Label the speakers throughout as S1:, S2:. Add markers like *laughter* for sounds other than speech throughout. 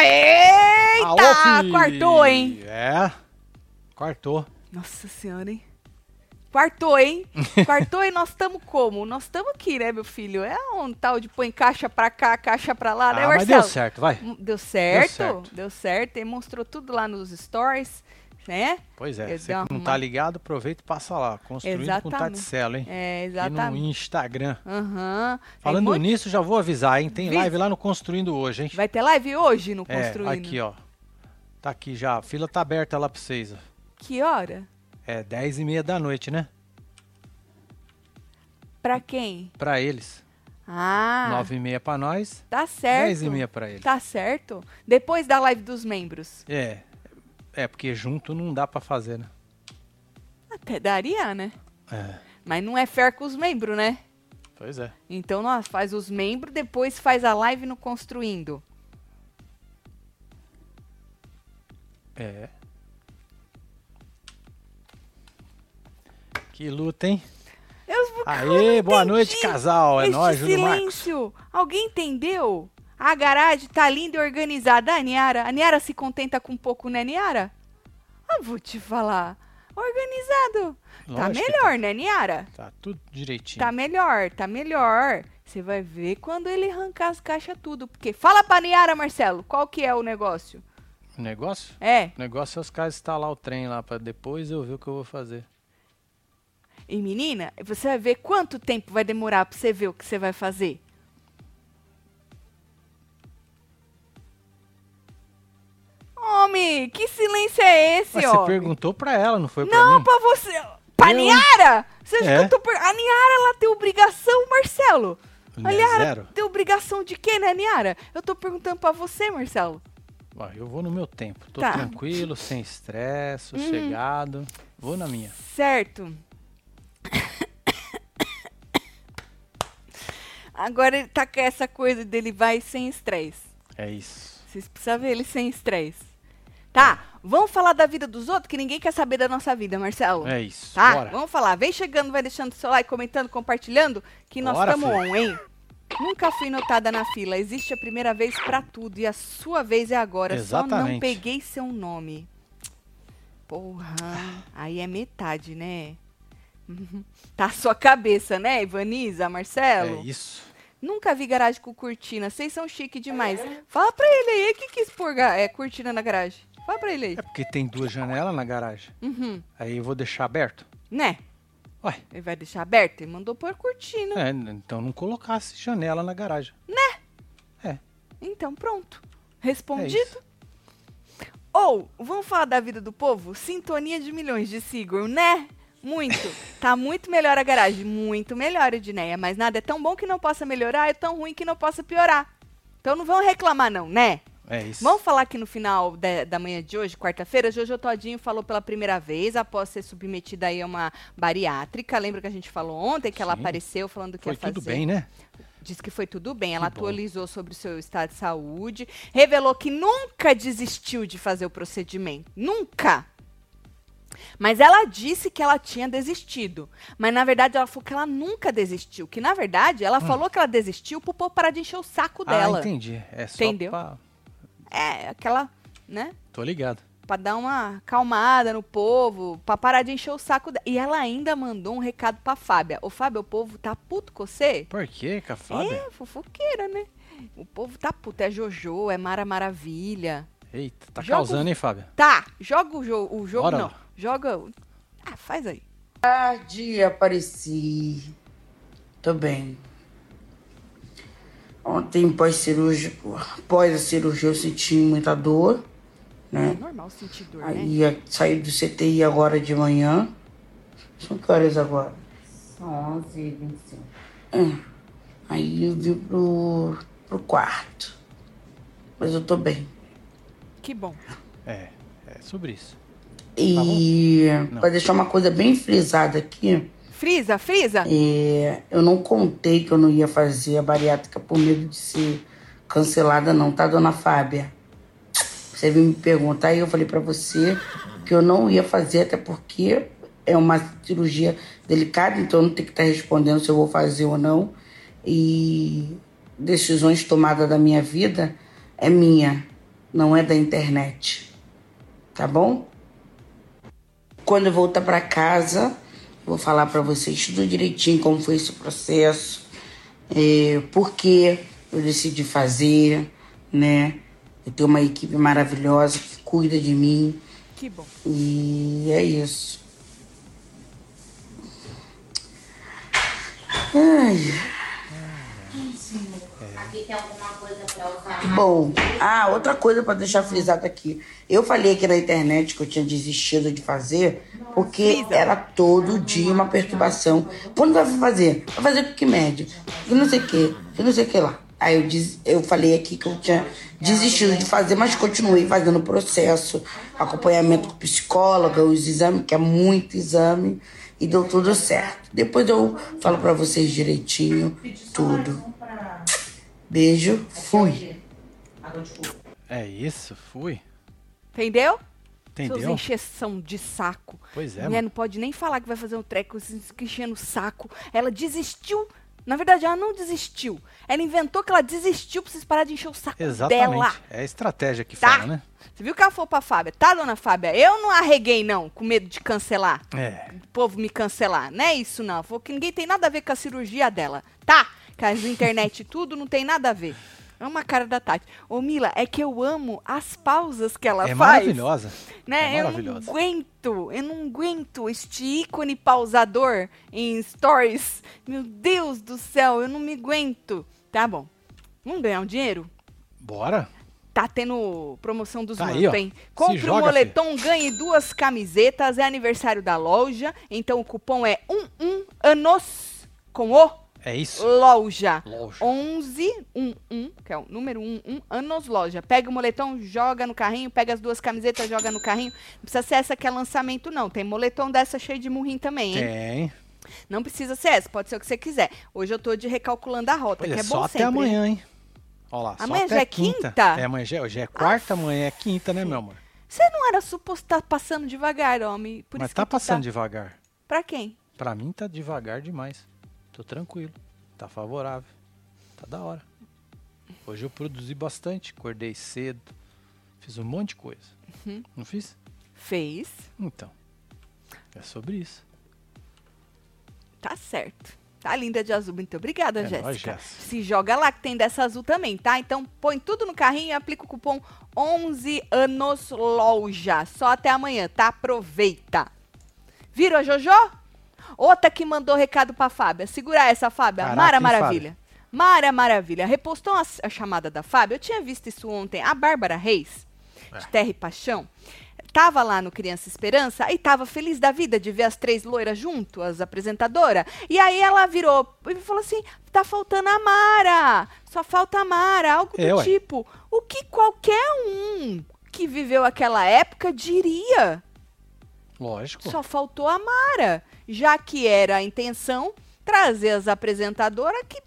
S1: Eita!
S2: Aô, fi.
S1: quartou, hein?
S2: É. Quartou.
S1: Nossa senhora, hein? Quartou,
S2: *laughs*
S1: hein? Quartou e nós estamos como? Nós estamos aqui, né, meu filho? É um tal de põe caixa pra cá, caixa pra lá, né,
S2: ah, mas
S1: Marcelo?
S2: deu certo, vai.
S1: Hum, Deu certo, deu certo,
S2: certo.
S1: e mostrou tudo lá nos stories, né?
S2: Pois
S1: Eu
S2: é,
S1: dei
S2: você
S1: uma
S2: que não
S1: arrumada.
S2: tá ligado, aproveita e passa lá. Construindo
S1: Exatamente.
S2: com Taticelo, hein?
S1: É,
S2: E
S1: exatamente.
S2: no Instagram.
S1: Aham. Tem
S2: Falando
S1: muito-
S2: nisso, já vou avisar, hein? Tem
S1: Vi-
S2: live lá no Construindo hoje, hein?
S1: Vai ter live hoje no
S2: É,
S1: Construindo?
S2: aqui, ó. Tá aqui já. A fila tá aberta lá pra vocês. ó.
S1: Que hora?
S2: É 10 e meia da noite, né?
S1: Pra quem?
S2: Pra eles.
S1: Ah,
S2: 9 e meia pra nós,
S1: tá certo.
S2: 10 e meia pra eles.
S1: Tá certo. Depois da live dos membros.
S2: É. É, porque junto não dá pra fazer, né?
S1: Até daria, né?
S2: É.
S1: Mas não é fair com os membros, né?
S2: Pois é.
S1: Então nós faz os membros, depois faz a live no Construindo.
S2: É. Que luta, hein?
S1: Eu,
S2: Aê, boa noite, casal. É
S1: este
S2: nóis, Júlio Marcos.
S1: silêncio, alguém entendeu? A garagem tá linda e organizada. A Niara, a Niara se contenta com pouco, né, Niara? Ah, vou te falar. Organizado. tá
S2: Lógico que
S1: melhor, né, Niara?
S2: Tá tudo direitinho.
S1: Tá melhor, tá melhor. Você vai ver quando ele arrancar as caixas tudo. Porque fala pra Niara, Marcelo, qual que é o negócio?
S2: O negócio?
S1: É,
S2: O negócio é os caras instalar o trem lá pra depois eu ver o que eu vou fazer.
S1: e menina, você vai ver quanto tempo vai demorar pra você ver o que você vai fazer. Homem, que silêncio é esse,
S2: Mas
S1: ó?
S2: você perguntou pra ela, não foi pra
S1: Não,
S2: mim?
S1: pra você. Pra
S2: Eu?
S1: Niara! Você acha
S2: É.
S1: que eu tô per... A Niara, ela tem obrigação, Marcelo.
S2: Não é
S1: Aliara,
S2: zero?
S1: tem obrigação de quê, né, Niara? Eu tô perguntando pra você, Marcelo.
S2: Ó, eu vou no meu tempo. Tô
S1: Tá. Uhum.
S2: tranquilo, sem estresse, sossegado. Vou na minha.
S1: Certo. *coughs* Agora ele tá com essa coisa dele vai sem estresse.
S2: É isso.
S1: Vocês precisam ver ele sem estresse. Tá, vamos falar da vida dos outros, que ninguém quer saber da nossa vida, Marcelo.
S2: É isso.
S1: Tá,
S2: Bora.
S1: vamos falar. Vem chegando, vai deixando seu like, comentando, compartilhando, que nós
S2: Bora,
S1: estamos
S2: filho.
S1: on, hein? Nunca fui notada na fila. Existe a primeira vez pra tudo e a sua vez é agora. Só não
S2: Exatamente.
S1: peguei seu nome. Porra, aí é metade, né? *laughs* Uhum. Tá a sua cabeça, né, Ivaniza,
S2: É
S1: Marcelo?
S2: isso.
S1: Nunca vi garagem com cortina. Vocês são chique demais.
S2: É?
S1: Fala pra ele aí, o que quis pôr ga- é, cortina na garagem? Fala pra ele aí.
S2: É porque tem duas janelas na garagem.
S1: Uhum.
S2: Aí eu vou deixar aberto.
S1: Né?
S2: Ué,
S1: Ele vai deixar aberto? Ele mandou pôr cortina.
S2: é, n- então não colocasse janela na garagem.
S1: Então, pronto.
S2: É
S1: Respondido.
S2: isso.
S1: Ou, vamos falar da vida do povo? Sintonia de milhões de Sigur, né? Muito. Tá muito melhor a garagem. Muito melhor, Edneia. Mas nada é tão bom que não possa melhorar, é tão ruim que não possa piorar. Então não vão reclamar, não, né?
S2: É isso.
S1: Vamos falar que no final da, da manhã de hoje, quarta-feira, Jojo Todinho falou pela primeira vez, após ser submetida aí a uma bariátrica. Lembra que a gente falou ontem que ela
S2: Sim.
S1: apareceu falando que
S2: Foi
S1: ia fazer?
S2: tudo bem, né?
S1: Diz que foi tudo bem, ela
S2: bom.
S1: atualizou sobre o seu estado de saúde, revelou que nunca desistiu de fazer o procedimento, nunca. Mas ela disse que ela tinha desistido, mas na verdade ela falou que ela nunca desistiu, que na verdade ela falou que ela desistiu pro povo parar de encher o saco
S2: Hum. Ah,
S1: dela.
S2: entendi. É só
S1: Entendeu?
S2: pra...
S1: É, aquela, né?
S2: Tô ligado.
S1: Pra dar uma acalmada no povo, pra parar de encher o saco dela. E ela ainda mandou um recado pra Fábia. Ô, Fábia, o povo tá puto com você?
S2: Por quê, Cafábia?
S1: É, fofoqueira, né? O povo tá puto, é Jojo, é Mara Maravilha.
S2: Eita, tá
S1: É? Joga um o-
S2: causando, hein, Fábia?
S1: Tá, joga o jogo, o jogo
S2: Bora
S1: não.
S2: lá.
S1: Joga. o- Ah, faz aí.
S3: tarde apareci. Tô bem. Ontem, pós-cirúrgico, após a cirurgia, eu senti muita dor,
S1: É
S3: né?
S1: normal sentir dor, né?
S3: Aí a- saí do CTI agora de manhã. São que horas agora? São 11 e 25. Aí eu vim pro, pro quarto. Mas eu tô bem.
S1: Que bom.
S2: É, é sobre isso.
S3: E
S2: Não.
S3: pra deixar uma coisa bem frisada aqui,
S1: Frisa, frisa.
S3: É, eu não contei que eu não ia fazer a bariátrica por medo de ser cancelada, não, tá, dona Fábia? Você veio me perguntar e eu falei pra você que eu não ia fazer, até porque é uma cirurgia delicada, então eu não tenho que estar respondendo se eu vou fazer ou não. E decisões tomadas da minha vida é minha. não é da internet. Tá bom? Quando eu voltar para casa, vou falar para vocês tudo direitinho como foi esse processo, é, por que eu decidi fazer, né? Eu tenho uma equipe maravilhosa que cuida de mim
S1: Que bom.
S3: e é isso. Ai.
S4: Aqui tem alguma coisa pra usar?
S3: Bom, ah, outra coisa pra deixar frisado aqui. Eu falei aqui na internet que eu tinha desistido de fazer, porque era todo dia uma perturbação. Quando vai fazer? Vai fazer porque médio. E não sei o que, e não sei o que lá. Aí eu, diz, eu falei aqui que eu tinha desistido de fazer, mas continuei fazendo o processo, acompanhamento com psicóloga, os exames, que é muito exame, e deu tudo certo. Depois eu falo pra vocês direitinho tudo. Beijo, fui.
S2: É isso, fui.
S1: Entendeu? Seus
S2: Entendeu?
S1: encheção de saco.
S2: Pois é,
S1: Mulher
S2: mano.
S1: não pode nem falar que vai fazer um treco se enchendo o saco. Ela desistiu. Na verdade, ela não desistiu. Ela inventou que ela desistiu pra vocês pararem de encher o saco dela.
S2: Exatamente. É a estratégia que
S1: Tá.
S2: fala, né?
S1: Você viu que ela falou pra Fábia? Tá, dona Fábia? Eu não arreguei, não, com medo de cancelar.
S2: É.
S1: O povo me cancelar. Não é isso, não. Falou que ninguém tem nada a ver com a cirurgia dela. Tá? Com as internet e tudo, não tem nada a ver. É uma cara da Tati. Ô, Mila, é que eu amo as pausas que ela
S2: é
S1: Tá, faz.
S2: maravilhosa.
S1: Né?
S2: É
S1: eu não
S2: maravilhosa.
S1: aguento, eu não aguento este ícone pausador em stories. Meu Deus do céu, eu não me aguento. Tá bom. Vamos ganhar um dinheiro?
S2: Bora?
S1: Tá tendo promoção dos
S2: Tá aí,
S1: mantos,
S2: ó.
S1: hein? Compre um
S2: joga,
S1: moletom, ganhe duas camisetas, é aniversário da loja. Então o cupom é 11 anos com o
S2: É isso.
S1: loja.
S2: Lógico.
S1: 11, 11, que é o número 11, Anos Loja. Pega o moletom, joga no carrinho, pega as duas camisetas, joga no carrinho. Não precisa ser essa que é lançamento, não. Tem moletom dessa cheio de murrim também, hein?
S2: Tem.
S1: Não precisa ser essa, pode ser o que você quiser. Hoje eu tô de recalculando a rota,
S2: Olha,
S1: que é bom
S2: só até
S1: sempre. né?
S2: amanhã, hein? Olha lá,
S1: Amanhã
S2: só até
S1: já é
S2: quinta.
S1: quinta?
S2: É, amanhã já, já é quarta, amanhã é quinta, né, meu amor?
S1: Você não era suposto estar passando devagar, homem. Por
S2: Mas
S1: isso
S2: tá
S1: que tu
S2: passando devagar.
S1: Pra quem?
S2: Pra mim tá devagar demais. Tô tranquilo. Tá favorável. Tá da hora. Hoje eu produzi bastante, acordei cedo, fiz um monte de coisa.
S1: Uhum.
S2: Não fiz?
S1: Fez,
S2: Então. É sobre isso.
S1: tá certo. Tá linda de azul. Muito obrigada,
S2: É nóis,
S1: Jéssica.
S2: Jéssica.
S1: Se joga lá que tem dessa azul também, tá? Então põe tudo no carrinho e aplica o cupom 11 anos loja. Só até amanhã, tá? Aproveita. Virou, Jojo? Outra que mandou recado pra Fábia. Segura essa, Fábia.
S2: Caraca,
S1: Mara
S2: hein,
S1: Maravilha. Mara Maravilha. Repostou a, a chamada da Fábia. Eu tinha visto isso ontem. A Bárbara Reis, de
S2: É.
S1: Terra e Paixão, tava lá no Criança Esperança e tava feliz da vida de ver as três loiras junto, as apresentadoras. E aí ela virou e falou assim: tá faltando a Mara. Só falta a Mara. Algo do
S2: É, ué.
S1: tipo. O que qualquer um que viveu aquela época diria.
S2: Lógico.
S1: Só faltou a Mara, já que era a intenção trazer as apresentadoras que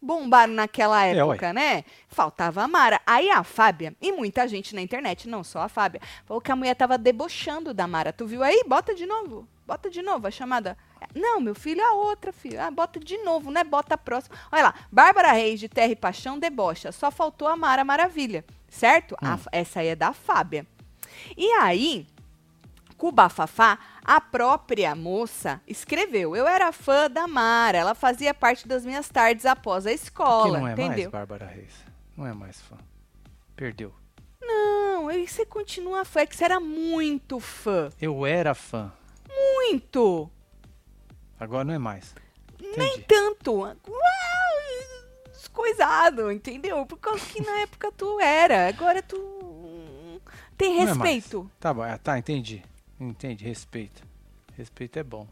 S1: bombaram naquela
S2: É,
S1: época, né? Faltava a Mara. Aí a Fábia, e muita gente na internet, não só a Fábia, falou que a mulher tava debochando da Mara. Tu viu aí? Bota de novo. Bota de novo a chamada. Não, meu filho, é a outra, filho. Ah, bota de novo, né? Bota a próxima. Olha lá. Bárbara Reis, de Terra e Paixão, debocha. Só faltou a Mara Maravilha, certo?
S2: Hum.
S1: A- essa aí é da Fábia. E aí, com o Bafafá, a própria moça escreveu: Eu era fã da Mara, ela fazia parte das minhas tardes após a
S2: Que
S1: escola.
S2: não é mais
S1: entendeu?
S2: Bárbara Reis. Não é mais fã. Perdeu.
S1: Não, aí você continua fã, é que você era muito fã.
S2: Eu era fã.
S1: Muito!
S2: Agora não é mais.
S1: Nem
S2: Entendi.
S1: tanto. Uau, Descoisado, entendeu? Por causa que na época tu era, agora tu. hum, Tem
S2: Não é mais.
S1: respeito.
S2: Tá bom, ah, tá, entendi. Entendi, respeito. Respeito é bom.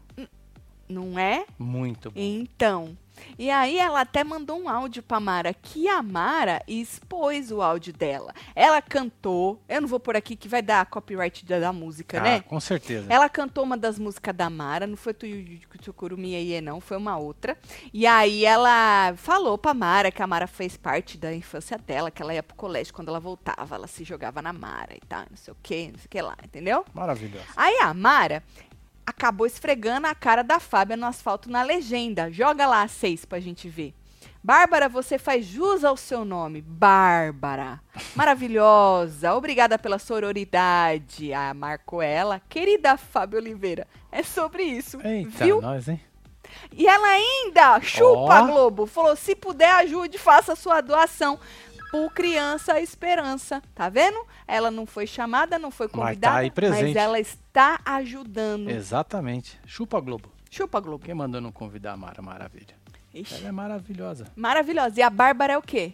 S1: Não é?
S2: Muito bom.
S1: Então. E aí ela até mandou um áudio pra Mara, que a Mara expôs o áudio dela. Ela cantou, eu não vou por aqui que vai dar copyright da, da música,
S2: Ah,
S1: né?
S2: com certeza.
S1: Ela cantou uma das músicas da Mara, não foi tu Tucurumi aí, não, foi uma outra. E aí ela falou pra Mara que a Mara fez parte da infância dela, que ela ia pro colégio quando ela voltava, ela se jogava na Mara e tal, não sei o que, não sei o que lá, entendeu?
S2: Maravilhosa.
S1: Aí a Mara acabou esfregando a cara da Fábia no asfalto na legenda. Joga lá a seis pra gente ver. Bárbara, você faz jus ao seu nome. Bárbara. Maravilhosa. Obrigada pela sororidade. Ah, marcou ela. Querida Fábio Oliveira, é sobre isso.
S2: Eita,
S1: viu?
S2: nós, hein?
S1: E ela ainda chupa
S2: Ó.
S1: Globo. Falou: se puder, ajude, faça sua doação. Por Criança Esperança. Tá vendo? Ela não foi chamada, não foi
S2: tá
S1: convidada.
S2: aí presente. É.
S1: ela está ajudando.
S2: Exatamente. Chupa Globo.
S1: Chupa Globo.
S2: Quem mandou não convidar a Mara Maravilha?
S1: Ixi.
S2: Ela é maravilhosa.
S1: Maravilhosa. E a Bárbara é o quê?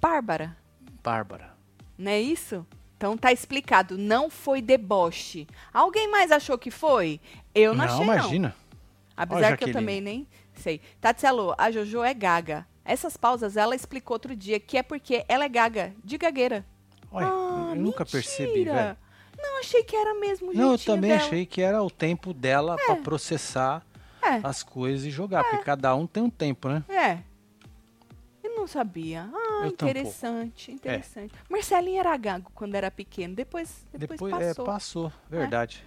S1: Bárbara,
S2: Bárbara.
S1: não é isso? Então tá explicado, não foi deboche. Alguém mais achou que foi? Eu não, achei
S2: imagina.
S1: não. Apesar
S2: Ó,
S1: que eu
S2: Jaqueline.
S1: também nem sei. Tati alô, a Jojo é gaga. Essas pausas ela explicou outro dia que é porque ela é gaga, de gagueira.
S2: Olha, eu
S1: Ah,
S2: nunca percebi,
S1: mentira.
S2: velho.
S1: Não, achei que era mesmo o
S2: Não, eu
S1: jeitinho
S2: também
S1: dela.
S2: achei que era o tempo dela pra processar
S1: É.
S2: as coisas e jogar, porque cada um tem um tempo, né?
S1: É. Eu não sabia. Ah,
S2: Eu tampouco. É.
S1: interessante, interessante. Marcelinho era gago quando era pequeno, depois, depois,
S2: Depois é,
S1: passou.
S2: passou, verdade.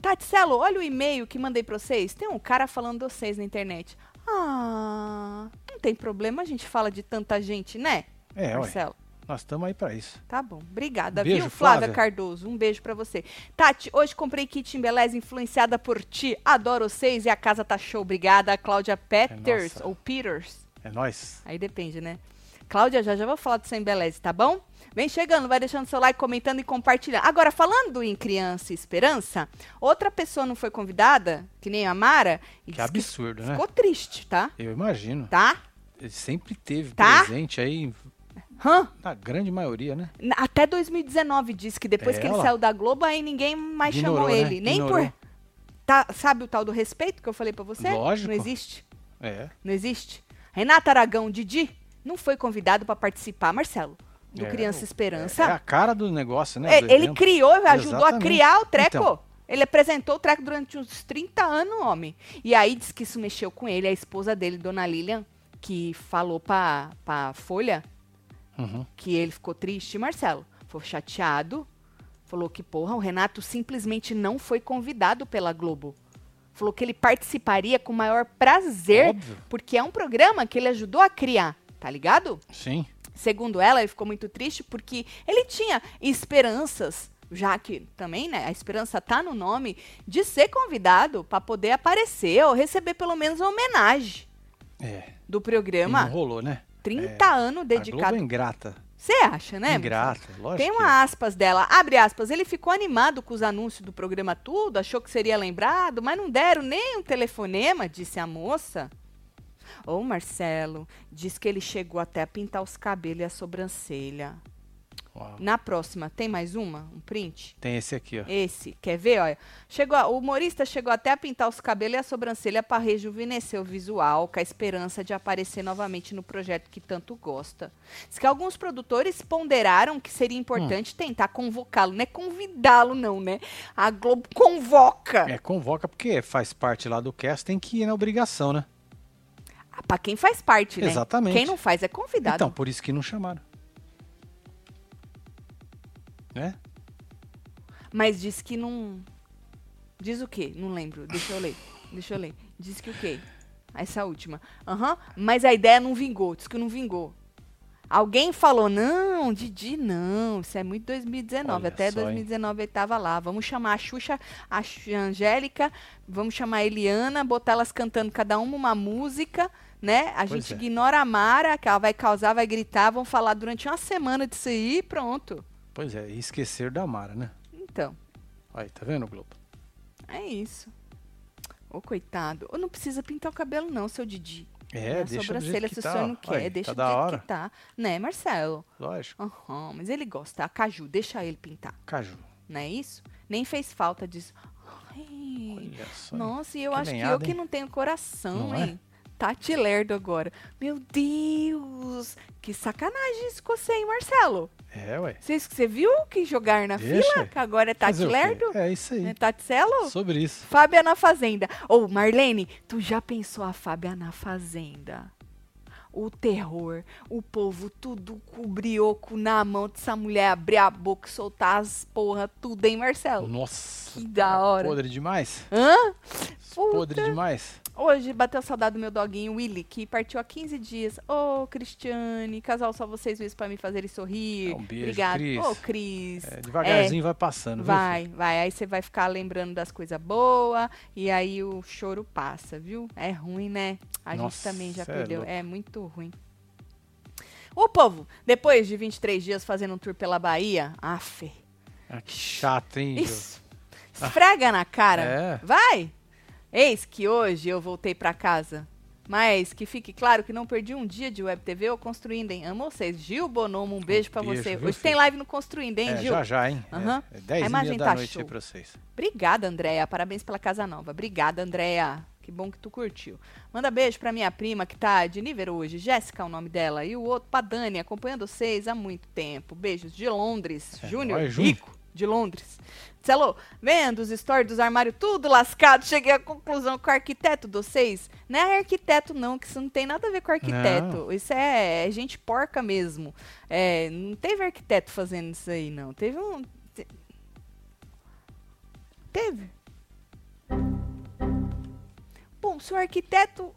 S1: Tatselo, olha o e-mail que mandei pra vocês. Tem um cara falando de vocês na internet. Ah, não tem problema, a gente fala de tanta gente, né,
S2: É, ué,
S1: Marcelo?
S2: nós estamos aí pra isso.
S1: Tá bom, obrigada,
S2: Beijo,
S1: viu, Flávia,
S2: Flávia.
S1: Cardoso? Um beijo pra você. Tati, hoje comprei kit em beleza influenciada por ti. Adoro vocês e a casa tá show. Obrigada, Cláudia Peters
S2: nossa.
S1: ou Peters.
S2: É nós.
S1: Aí depende, né? Cláudia, já já vou falar do Sem Beleza, tá bom? Vem chegando, vai deixando seu like, comentando e compartilhando. Agora, falando em criança e esperança, outra pessoa não foi convidada, que nem a Mara, e
S2: Que
S1: disse
S2: absurdo, né?
S1: ficou triste, tá?
S2: Eu imagino.
S1: Tá?
S2: Ele sempre teve
S1: Tá?
S2: presente aí,
S1: Hã?
S2: na grande maioria, né?
S1: N- Até 2019 disse que depois que ele
S2: Ela?
S1: saiu da Globo, aí ninguém mais
S2: É, Ignorou,
S1: chamou
S2: né?
S1: ele. Nem
S2: Ignorou.
S1: por. Tá, sabe o tal do respeito que eu falei pra você?
S2: Lógico.
S1: Não existe?
S2: É.
S1: Não existe? Renata Aragão, Didi, não foi convidado pra participar, Marcelo, do
S2: É,
S1: Criança
S2: o-
S1: Esperança.
S2: É a cara do negócio, né?
S1: É,
S2: do
S1: ele
S2: evento.
S1: criou, ajudou a
S2: Exatamente.
S1: criar o treco.
S2: Então.
S1: Ele apresentou o treco durante uns 30 anos, homem. E aí diz que isso mexeu com ele, a esposa dele, Dona Lilian, que falou pra, pra Folha
S2: Uhum.
S1: que ele ficou triste, Marcelo. Foi chateado. Falou que, porra, o Renato simplesmente não foi convidado pela Globo. Falou que ele participaria com o maior prazer,
S2: Óbvio.
S1: porque é um programa que ele ajudou a criar, tá ligado?
S2: Sim.
S1: Segundo ela, ele ficou muito triste porque ele tinha esperanças, já que também, né, a esperança tá no nome, de ser convidado para poder aparecer ou receber pelo menos uma homenagem
S2: É. e
S1: do
S2: Não
S1: programa.
S2: rolou, né?
S1: 30 anos
S2: A Globo
S1: dedicado.
S2: é ingrata.
S1: Você acha, né? Marcelo?
S2: ingrata, lógico.
S1: Tem
S2: que
S1: uma aspas dela, abre aspas, ele ficou animado com os anúncios do programa tudo, achou que seria lembrado, mas não deram nem um telefonema, disse a moça. Ô Marcelo, diz que ele chegou até a pintar os cabelos e a sobrancelha.
S2: é. Ó,
S1: Na próxima, tem mais uma? Um print?
S2: Tem esse aqui, ó.
S1: Esse, quer ver? Olha, chegou, a- o humorista chegou até a pintar os cabelos e a sobrancelha para rejuvenescer o visual, com a esperança de aparecer novamente no projeto que tanto gosta. Diz que alguns produtores ponderaram que seria
S2: Hum.
S1: importante tentar convocá-lo, não é convidá-lo não, né? A Globo convoca.
S2: É, convoca porque faz parte lá do cast, tem que ir na obrigação, né?
S1: Ah, Para quem faz parte, né?
S2: Exatamente.
S1: Quem não faz é convidado.
S2: Então, por isso que não chamaram. Né?
S1: Mas diz que não. Diz o quê? Não lembro. Deixa eu ler. Deixa eu ler. Diz que o quê? Essa última. Aham. Mas a ideia não vingou. Diz que não vingou. Alguém falou, não, Didi, não, isso é muito 2019.
S2: Olha
S1: Até
S2: só, hein?
S1: 2019 ele tava lá. Vamos chamar a Xuxa, a Xu- a Angélica, vamos chamar a Eliana, botar elas cantando cada uma uma música, né? A
S2: Pois
S1: gente
S2: é.
S1: ignora a Mara, que ela vai causar, vai gritar, vão falar durante uma semana disso aí e pronto.
S2: Pois é, e esquecer da Mara, né?
S1: Então.
S2: Aí, tá vendo, Globo?
S1: É isso. Ô, coitado. Ô, não precisa pintar o cabelo, não, seu Didi.
S2: É,
S1: a
S2: deixa do jeito
S1: sobrancelha,
S2: que
S1: se o
S2: tá,
S1: senhor
S2: ó.
S1: não quer,
S2: Olha,
S1: deixa
S2: tá da
S1: do jeito
S2: hora.
S1: que tá. Né, Marcelo?
S2: Lógico.
S1: Aham, mas ele gosta. A Caju, deixa ele pintar,
S2: Caju.
S1: não é isso? Nem fez falta disso. Ai,
S2: Olha só. hein?
S1: nossa, e eu
S2: que
S1: acho que eu
S2: lenhada,
S1: que
S2: hein?
S1: não tenho coração,
S2: Não é?
S1: hein? Tati Lerdo agora. Meu Deus! Que sacanagem isso com você, hein, Marcelo?
S2: É, ué.
S1: Vocês- Você viu que jogar na
S2: Deixa.
S1: fila? Que agora é Tati
S2: Fazer o quê?
S1: Lerdo?
S2: É isso aí.
S1: Né, Taticelo?
S2: Sobre isso.
S1: Fábia na Fazenda. Ou, Marlene, tu já pensou a Fábia na Fazenda? O terror, o povo tudo com o brioco na mão dessa mulher abrir a boca e soltar as porra tudo, hein, Marcelo?
S2: Nossa.
S1: Que da hora.
S2: Podre demais.
S1: Hã?
S2: Podre demais.
S1: Ô, Hoje bateu saudade do meu doguinho Willy, que partiu há 15 dias. Ô, Cristiane, casal só vocês dois pra me fazerem sorrir.
S2: É, um beijo,
S1: Obrigada.
S2: Cris.
S1: Ô, Cris.
S2: É, devagarzinho vai passando, viu,
S1: Vai, vai. Aí você vai ficar lembrando das coisas boas e aí o choro passa, viu? É ruim, né? A gente
S2: Nossa,
S1: também já
S2: cê é
S1: perdeu.
S2: louco.
S1: É, muito ruim. O povo, depois de 23 dias fazendo um tour pela Bahia, afe,
S2: filho? Ah, que chato, hein, Ju?
S1: isso. Esfrega na cara.
S2: É.
S1: Vai! Eis que hoje eu voltei pra casa. Mas que fique claro que não perdi um dia de Web TV ou Construindo, hein? Amo vocês. Gil Bonomo, um beijo pra
S2: beijo,
S1: você.
S2: viu,
S1: Hoje
S2: filho?
S1: tem live no Construindo, hein,
S2: É,
S1: Gil?
S2: já já, hein?
S1: Aham.
S2: É, é
S1: A
S2: 10
S1: imagem
S2: da
S1: tá
S2: noite
S1: show.
S2: aí pra vocês.
S1: Obrigada, Andréa. Parabéns pela casa nova. Obrigada, Andréa. Que bom que tu curtiu. Manda beijo pra minha prima que tá de nível hoje, Jéssica, é o nome dela, e o outro pra Dani, acompanhando vocês há muito tempo. Beijos de Londres,
S2: É,
S1: Júnior,
S2: olha, Júnior.
S1: rico de Londres. é Celô, vendo os stories dos armários tudo lascado, cheguei à conclusão que o arquiteto de vocês não é arquiteto não, que isso não tem nada a ver com arquiteto. Isso é, é gente porca mesmo. É, não teve arquiteto fazendo isso aí não. Teve um, Teve? Bom, se o arquiteto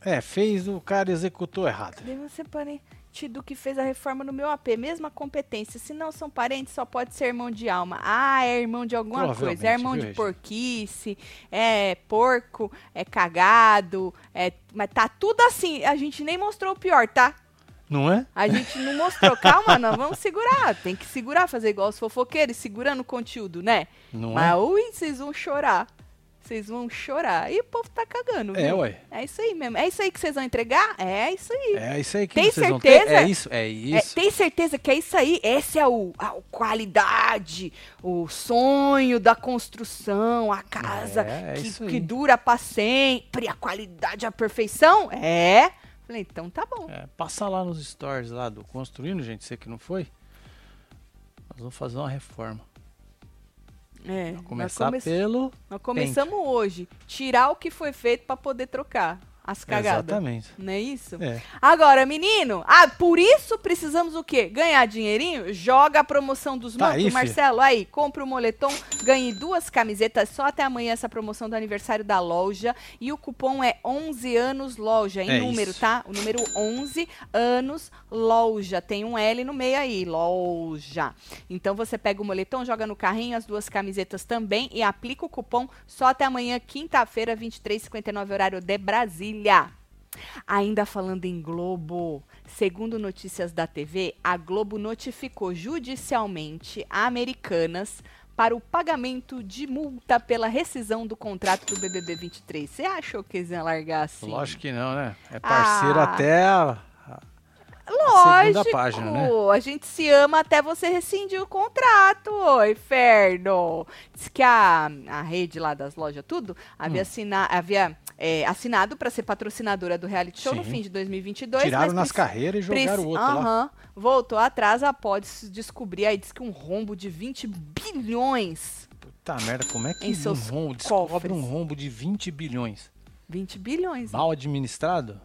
S2: É, fez o cara executou errado.
S1: deve ser parente do que fez a reforma no meu AP, mesma competência. Se não são parentes, só pode ser irmão de alma. Ah, é irmão de alguma
S2: Provavelmente,
S1: coisa. É irmão
S2: viu,
S1: de
S2: Regina?
S1: porquice, é porco, é cagado, é. Mas tá tudo assim. A gente nem mostrou o pior, tá?
S2: Não é?
S1: A gente não
S2: *laughs*
S1: mostrou. Calma, nós vamos segurar. Tem que segurar, fazer igual os fofoqueiros, segurando o conteúdo, né?
S2: Não é?
S1: Mas ui, vocês vão chorar. Vocês vão chorar. E o povo tá cagando,
S2: é? É,
S1: viu?
S2: ué.
S1: É isso aí mesmo. É isso aí que vocês vão entregar? É isso aí.
S2: É isso aí que
S1: Tem
S2: vocês vão ter.
S1: certeza?
S2: É isso, é
S1: É,
S2: isso.
S1: tem certeza que é isso aí? Essa é o, a qualidade, o sonho da construção, a casa
S2: É, é isso
S1: que,
S2: aí.
S1: que dura pra sempre, a qualidade, a perfeição? É. Falei, então tá bom.
S2: É, passa lá nos stories lá do Construindo, gente, você que não foi. Nós vamos fazer uma reforma.
S1: É,
S2: Vamos
S1: nós
S2: Começar
S1: come-
S2: pelo.
S1: Nós começamos hoje. Tirar o que foi feito pra poder trocar as cagadas.
S2: Exatamente.
S1: Não é isso?
S2: É.
S1: Agora, menino, ah, por isso precisamos o quê? Ganhar dinheirinho? Joga a promoção dos
S2: Tá
S1: mantos,
S2: aí, fi.
S1: Marcelo. Aí, compra o moletom, ganhe duas camisetas só até amanhã essa promoção do aniversário da loja. E o cupom é 11 anos loja, em
S2: É
S1: número,
S2: isso.
S1: tá? O número 11 anos loja. Tem um L no meio aí, loja. Então você pega o moletom, joga no carrinho, as duas camisetas também e aplica o cupom só até amanhã, quinta-feira, 23h59, horário de Brasília. Ainda falando em Globo, segundo notícias da TV, a Globo notificou judicialmente a Americanas para o pagamento de multa pela rescisão do contrato do BBB 23. Você achou que eles iam largar assim?
S2: Lógico que não, né? É parceiro
S1: Ah.
S2: até a. a- a
S1: Lógico.
S2: segunda página, né?
S1: A gente se ama até você rescindir o contrato, ô inferno. Diz que a, a rede lá das lojas, tudo, havia,
S2: Hum.
S1: assina- havia, é, assinado para ser patrocinadora do reality show no
S2: Sim.
S1: fim de 2022.
S2: Tiraram
S1: mas
S2: nas
S1: preci-
S2: carreiras e
S1: Preci-
S2: jogaram o outro lá.
S1: Aham. Voltou atrás, a pode se descobrir aí, diz que um rombo de 20 bilhões.
S2: Puta merda, como é que
S1: Em
S2: um
S1: seus
S2: rombo descobre
S1: cofres.
S2: um rombo de 20 bilhões?
S1: 20 bilhões. né?
S2: Mal administrado?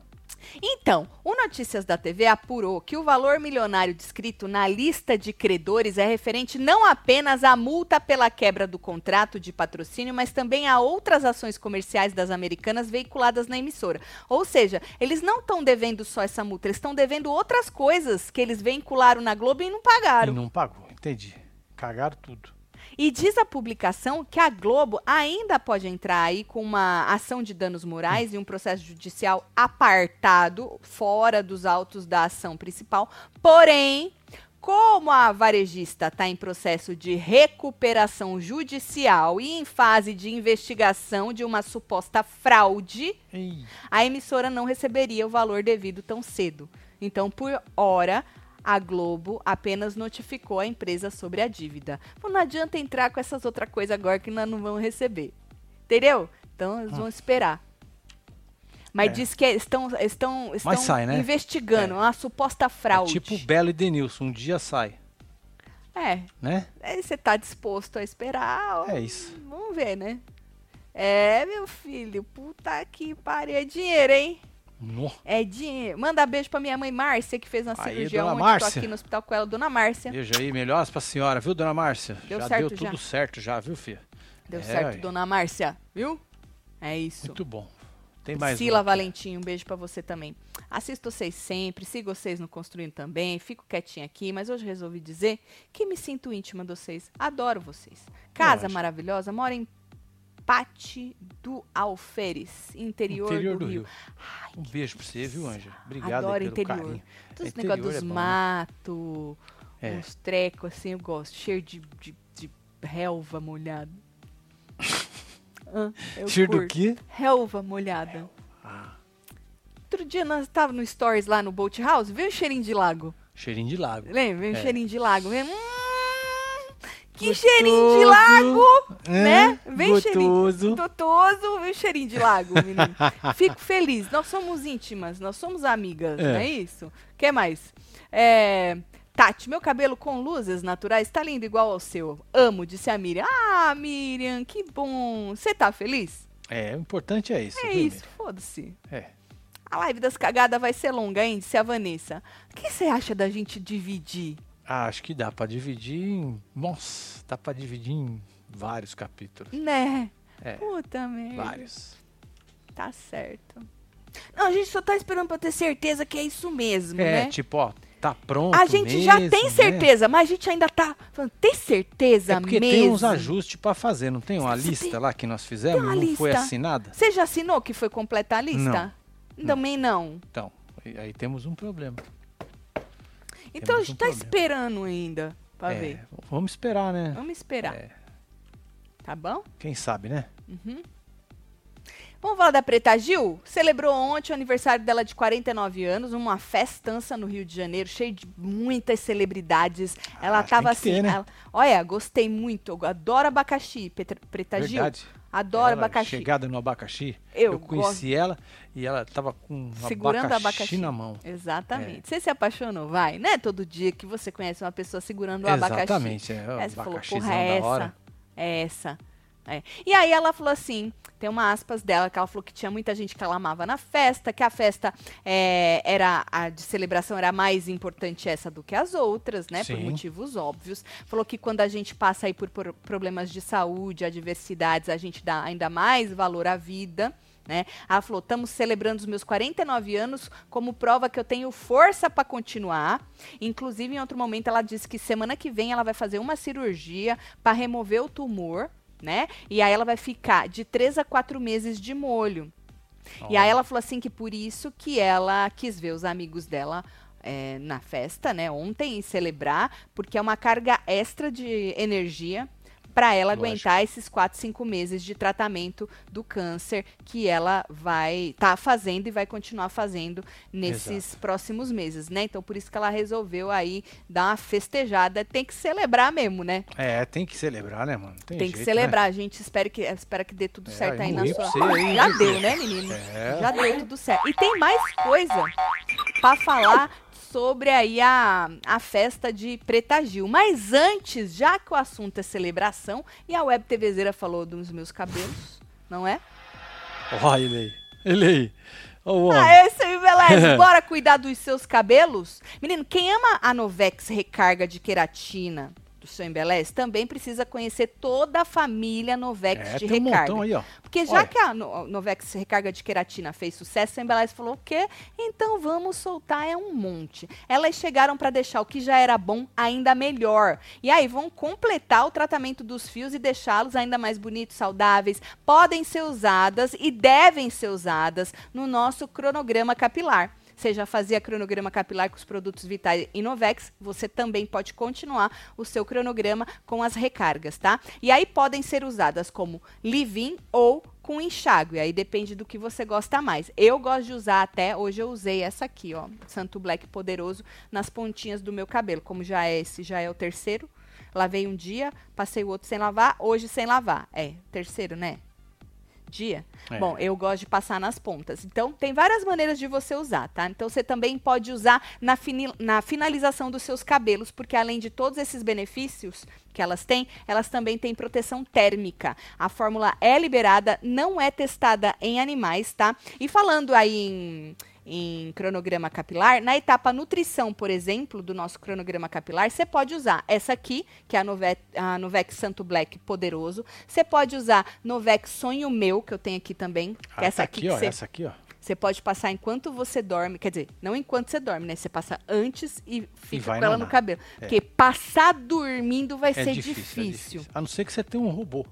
S1: Então, o Notícias da TV apurou que o valor milionário descrito na lista de credores é referente não apenas à multa pela quebra do contrato de patrocínio, mas também a outras ações comerciais das americanas veiculadas na emissora. Ou seja, eles não estão devendo só essa multa, eles estão devendo outras coisas que eles veicularam na Globo e não pagaram.
S2: E não pagou, entendi. Cagaram tudo.
S1: E diz a publicação que a Globo ainda pode entrar aí com uma ação de danos morais e um processo judicial apartado, fora dos autos da ação principal. Porém, como a varejista está em processo de recuperação judicial e em fase de investigação de uma suposta fraude,
S2: Ei,
S1: a emissora não receberia o valor devido tão cedo. Então, por hora, a Globo apenas notificou a empresa sobre a dívida. Falou, Não adianta entrar com essas outras coisas agora que nós não vamos receber. Entendeu? Então, eles vão esperar. Mas
S2: Ah. É.
S1: diz que estão, estão, estão
S2: sai, né?
S1: investigando uma suposta
S2: é
S1: fraude.
S2: tipo Belo e Denilson, um dia sai,
S1: É,
S2: né?
S1: é, você tá disposto a esperar?
S2: É isso.
S1: Vamos ver, né? É, meu filho, puta que pariu. É dinheiro, hein?
S2: No,
S1: É de. Manda beijo pra minha mãe Márcia, que fez uma
S2: Aí,
S1: cirurgia
S2: dona
S1: ontem. Tô
S2: Márcia.
S1: aqui no hospital com ela, dona Márcia.
S2: beijo aí, melhoras pra senhora, viu, dona Márcia?
S1: Deu
S2: já
S1: certo
S2: deu
S1: já.
S2: tudo certo já, viu, filha?
S1: Deu
S2: É,
S1: certo,
S2: aí.
S1: dona Márcia, viu? É isso.
S2: Muito bom. Tem mais
S1: Sila
S2: uma aqui.
S1: Valentim, um beijo pra você também. Assisto vocês sempre, sigo vocês no Construindo também, fico quietinha aqui, mas hoje resolvi dizer que me sinto íntima de vocês. Adoro vocês. Casa
S2: acho.
S1: maravilhosa, mora em Pate do Alferes, interior,
S2: Interior
S1: do,
S2: do
S1: Rio.
S2: Rio. Um beijo pra você, viu, Ângela? Obrigado
S1: Adoro
S2: aí pelo
S1: interior.
S2: carinho.
S1: Todos os
S2: Interior
S1: negócios dos
S2: é bom, né?
S1: mato,
S2: É.
S1: uns trecos assim, eu gosto. Cheiro de, de, de relva
S2: *laughs*
S1: molhada. Hã? eu
S2: Cheiro do
S1: curto.
S2: quê?
S1: Relva molhada.
S2: Ah,
S1: Outro dia nós tava no Stories lá no Bolt House, veio o cheirinho de lago.
S2: cheirinho de lago.
S1: Lembra? Veio o
S2: É.
S1: cheirinho de lago. Veio, hum, que
S2: Gostoso.
S1: cheirinho de lago!
S2: Hã?
S1: né? Vem
S2: É, Gostoso.
S1: cheirinho. Totoso, veio o cheirinho de lago,
S2: *laughs*
S1: menino. Fico feliz. Nós somos íntimas, nós somos amigas,
S2: É.
S1: não é isso? O que mais? É, Tati, meu cabelo com luzes naturais tá lindo igual ao seu. Amo, disse a Miriam. Ah, Miriam, que bom. Você tá feliz?
S2: É, o importante é isso.
S1: É
S2: viu,
S1: isso, foda-se.
S2: Miriam? É.
S1: A live das cagadas vai ser longa, hein? Disse a Vanessa. O que você acha da gente dividir?
S2: Ah, acho que dá pra dividir em... Nossa, dá pra dividir em vários capítulos.
S1: Né?
S2: É.
S1: Puta merda.
S2: Vários.
S1: Tá certo. Não, a gente só tá esperando pra ter certeza que é isso mesmo,
S2: É,
S1: né?
S2: tipo, ó, tá pronto
S1: a gente já
S2: mesmo,
S1: tem
S2: né?
S1: certeza, mas a gente ainda tá falando, tem certeza
S2: É porque
S1: mesmo?
S2: tem uns ajustes pra fazer, não tem uma
S1: Você
S2: lista
S1: tem-
S2: lá que nós fizemos?
S1: tem
S2: Não
S1: uma
S2: foi
S1: lista.
S2: assinada?
S1: Você já assinou que foi completar a lista? Também não.
S2: Então, aí- aí temos um problema.
S1: Então a
S2: Temos
S1: gente
S2: um
S1: tá
S2: problema.
S1: esperando ainda pra
S2: É,
S1: ver.
S2: Vamos esperar, né?
S1: Vamos esperar.
S2: É.
S1: Tá bom?
S2: Quem sabe, né?
S1: Vamos falar da Preta Gil? Celebrou ontem o aniversário dela de 49 anos, uma festança no Rio de Janeiro, cheia de muitas celebridades. Ela
S2: Ah, tem
S1: tava
S2: que ter,
S1: assim.
S2: né?
S1: ela- olha, gostei muito. eu Adoro abacaxi, Petra- Preta
S2: Verdade.
S1: Tá, Gil. Adoro
S2: Ela
S1: abacaxi.
S2: Chegada no abacaxi.
S1: Eu
S2: conheci ela e ela tava com um
S1: Segurando abacaxi.
S2: na mão. É.
S1: Exatamente. Você se apaixonou, vai. Não é todo dia que você conhece uma pessoa segurando o abacaxi.
S2: Exatamente. É, o
S1: Aí você falou,
S2: abacaxizão
S1: porra, é
S2: da hora.
S1: essa. É essa. É. E aí ela falou assim, tem uma aspas dela, que ela falou que tinha muita gente que ela amava na festa, que a festa é, era a de celebração era mais importante essa do que as outras, né? Por
S2: Sim.
S1: motivos óbvios. Falou que quando a gente passa aí por, por problemas de saúde, adversidades, a gente dá ainda mais valor à vida. Né? Ela falou: estamos celebrando os meus 49 anos como prova que eu tenho força para continuar. Inclusive, em outro momento, ela disse que semana que vem ela vai fazer uma cirurgia para remover o tumor, né? E aí ela vai ficar de 3 a 4 meses de molho. E aí ela falou assim que por isso que ela quis ver os amigos dela é, na festa, né? Ontem e celebrar, porque é uma carga extra de energia para ela
S2: Lógico.
S1: aguentar esses 4, 5 meses de tratamento do câncer que ela vai tá fazendo e vai continuar fazendo nesses próximos meses, né? Então por isso que ela resolveu aí dar uma festejada, tem que celebrar mesmo, né?
S2: É, tem que celebrar, né, mano? Tem,
S1: Tem
S2: jeito, né?
S1: que celebrar, gente. Espero que, espero que dê tudo
S2: É,
S1: certo
S2: aí
S1: aí na
S2: morri
S1: sua.
S2: pra você aí,
S1: Já
S2: viu,
S1: deu, né, menino?
S2: É.
S1: Já deu tudo certo. E tem mais coisa pra falar sobre aí a, a festa de Preta Gil. Mas antes, já que o assunto é celebração, e a Web TVzeira falou dos meus cabelos, não é?
S2: Né? Ó, ele aí. Ele aí. Ó, o homem.
S1: Ah, esse aí,
S2: *laughs*
S1: Beleza. Bora cuidar dos seus cabelos? Menino, quem ama a Novex Recarga de Queratina do seu Embeleze também precisa conhecer toda a família Novex
S2: É,
S1: de
S2: tem um
S1: recarga.
S2: montão aí, ó.
S1: Porque já
S2: Olha.
S1: que a No- Novex Recarga de Queratina fez sucesso, a Embeleze falou o quê? Então vamos soltar é um monte. Elas chegaram para deixar o que já era bom ainda melhor. E aí vão completar o tratamento dos fios e deixá-los ainda mais bonitos, saudáveis. Podem ser usadas e devem ser usadas no nosso cronograma capilar. Você já fazia cronograma capilar com os produtos Vital Inovex, você também pode continuar o seu cronograma com as recargas, tá? E aí podem ser usadas como leave-in ou com enxágue, aí depende do que você gosta mais. Eu gosto de usar até, hoje eu usei essa aqui, ó, Santo Black Poderoso, nas pontinhas do meu cabelo, como já é esse, já é o terceiro. Lavei um dia, passei o outro sem lavar, hoje sem lavar. É, terceiro, né? dia.
S2: É.
S1: Bom, eu gosto de passar nas pontas. Então, tem várias maneiras de você usar, tá? Então, você também pode usar na, fini- na finalização dos seus cabelos, porque além de todos esses benefícios que elas têm, elas também têm proteção térmica. A fórmula é liberada, não é testada em animais, tá? E falando aí em em cronograma capilar, na etapa nutrição, por exemplo, do nosso cronograma capilar, você pode usar essa aqui, que é a Novec, a Novec Santo Black Poderoso. Você pode usar Novec Sonho Meu, que eu tenho aqui também. que é
S2: Ah,
S1: essa
S2: tá
S1: aqui,
S2: ó,
S1: que você
S2: essa aqui, ó.
S1: você pode passar enquanto você dorme, quer dizer, não enquanto você dorme, né? Você passa antes e fica
S2: vai
S1: com ela
S2: nanar.
S1: no cabelo. Porque passar dormindo vai
S2: É
S1: ser
S2: difícil,
S1: difícil.
S2: é difícil. A não ser que você tenha um robô.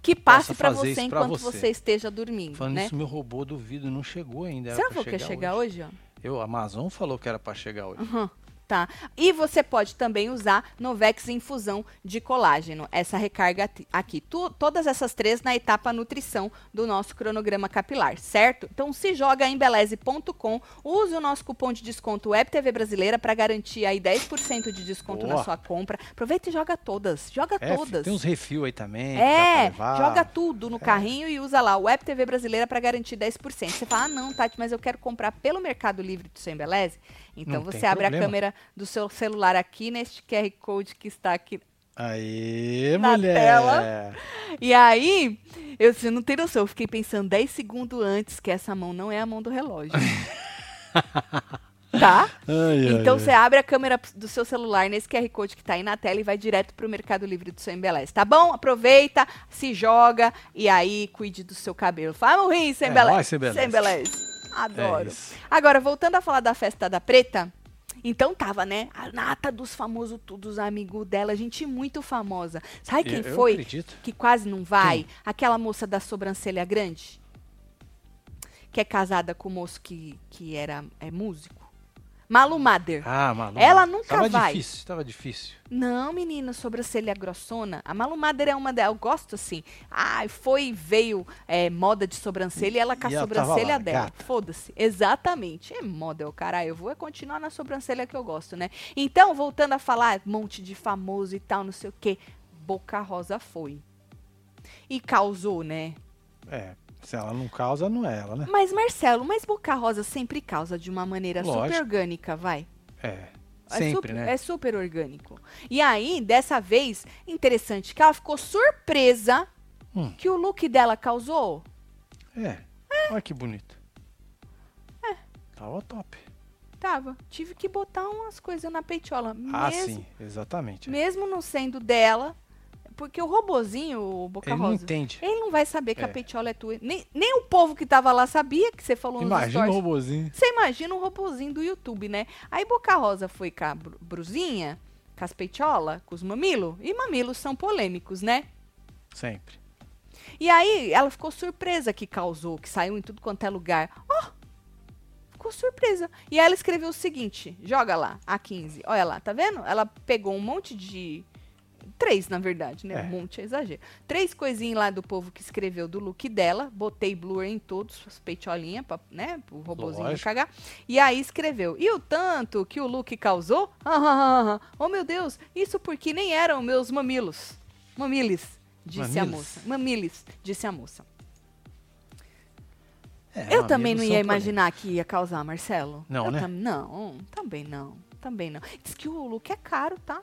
S1: Que passe
S2: Possa
S1: pra
S2: fazer
S1: você
S2: isso pra
S1: enquanto você.
S2: você.
S1: esteja dormindo,
S2: Falando
S1: né?
S2: isso, meu robô do vidro não chegou ainda. era
S1: Será
S2: pra
S1: que quer chegar hoje? ó?
S2: Eu, a Amazon falou que era pra chegar hoje.
S1: Aham, Tá. E você pode também usar Novex infusão de colágeno, essa recarga ti- aqui. Tu- todas essas três na etapa nutrição do nosso cronograma capilar, certo? Então se joga em beleze.com, use o nosso cupom de desconto WebTV Brasileira para garantir aí 10% de desconto na
S2: Boa.
S1: sua compra. Aproveita e joga todas, joga
S2: É,
S1: todas.
S2: tem uns refil aí também. que dá pra
S1: É,
S2: levar.
S1: joga tudo no carrinho e usa lá o Web TV Brasileira para garantir 10%. Você fala, ah, não, Tati, mas eu quero comprar pelo Mercado Livre do Sem Beleza. Então
S2: Não tem
S1: você abre a
S2: problema.
S1: câmera do seu celular aqui neste QR Code que está aqui.
S2: Aê,
S1: Na
S2: mulher.
S1: tela. E aí, eu você não tem noção, eu fiquei pensando 10 segundos antes que essa mão não é a mão do
S2: *laughs*
S1: relógio. tá?
S2: Ai, ai,
S1: Então
S2: ai.
S1: você abre a câmera p- do seu celular nesse QR Code que tá aí na tela e vai direto pro Mercado Livre do seu Embeleze, tá bom? Aproveita, se joga e aí cuide do seu cabelo. Fala ruim, sem
S2: É
S1: Embeleze.
S2: nóis, Sem Embeleze.
S1: Sem Embeleze. Adoro.
S2: É isso.
S1: Agora, voltando a falar da festa da preta, então tava, né? A nata dos famosos, todos amigos dela, gente muito famosa. Sabe quem
S2: É, Eu- eu
S1: foi
S2: acredito.
S1: que quase não vai? Aquela moça da sobrancelha grande, que é casada com o moço que, que era é, músico. Malu Mader.
S2: Ah, maluco.
S1: Ela nunca
S2: tava
S1: vai.
S2: difícil, tava difícil.
S1: Não, menina, sobrancelha grossona. A Malu Mader é uma delas. Eu gosto assim. Ai, foi e veio é, moda de sobrancelha e ela com a
S2: E ela tava
S1: sobrancelha
S2: lá,
S1: dela.
S2: gata.
S1: Foda-se. Exatamente. É moda, é o caralho. Eu vou é continuar na sobrancelha que eu gosto, né? Então, voltando a falar, monte de famoso e tal, não sei o quê. Boca Rosa foi. E causou, né?
S2: É, se ela não causa, não é ela, né?
S1: Mas, Marcelo, mas Boca Rosa sempre causa de uma maneira super
S2: Lógico.
S1: orgânica, vai.
S2: É.
S1: é
S2: Sempre,
S1: super,
S2: né?
S1: É super orgânico. E aí, dessa vez, interessante que ela ficou surpresa
S2: Hum.
S1: que o look dela causou.
S2: É. Olha que bonito. É. Tava top.
S1: Tava. Tive que botar umas coisas na peitola. Mesmo,
S2: Ah, sim, exatamente.
S1: mesmo não sendo dela. Porque o robozinho, o Boca
S2: Ele não
S1: Rosa,
S2: entende.
S1: ele não vai saber que a
S2: É.
S1: peitola é tua. Nem, nem o povo que tava lá sabia que você falou nos
S2: Imagina o
S1: stories.
S2: robozinho.
S1: Você imagina um robozinho do YouTube, né? Aí Boca Rosa foi com a bru- brusinha, com as peitiola, com os mamilos. E mamilos são polêmicos, né?
S2: Sempre.
S1: E aí ela ficou surpresa que causou, que saiu em tudo quanto é lugar. Ó! ficou surpresa. E aí ela escreveu o seguinte: joga lá, A15. Olha lá, tá vendo? Ela pegou um monte de. Três, na verdade, né?
S2: É.
S1: Um monte é exagero. Três coisinhas lá do povo que escreveu do look dela. Botei blur em todos, as peitolinhas, pra, né? O robozinho não
S2: Lógico.
S1: cagar. E aí escreveu. E o tanto que o look causou? Ah, ah, ah, ah. Oh, meu Deus, isso porque nem eram meus mamilos. Mamilis, disse a
S2: Mamilos?
S1: moça. Mamilis, disse a moça.
S2: É,
S1: Eu
S2: mamilos
S1: também não
S2: são
S1: ia
S2: polêmicos.
S1: imaginar que ia causar, Marcelo.
S2: Não,
S1: Eu
S2: né?
S1: tam- não, também não. Também não. Diz que o look é caro, tá?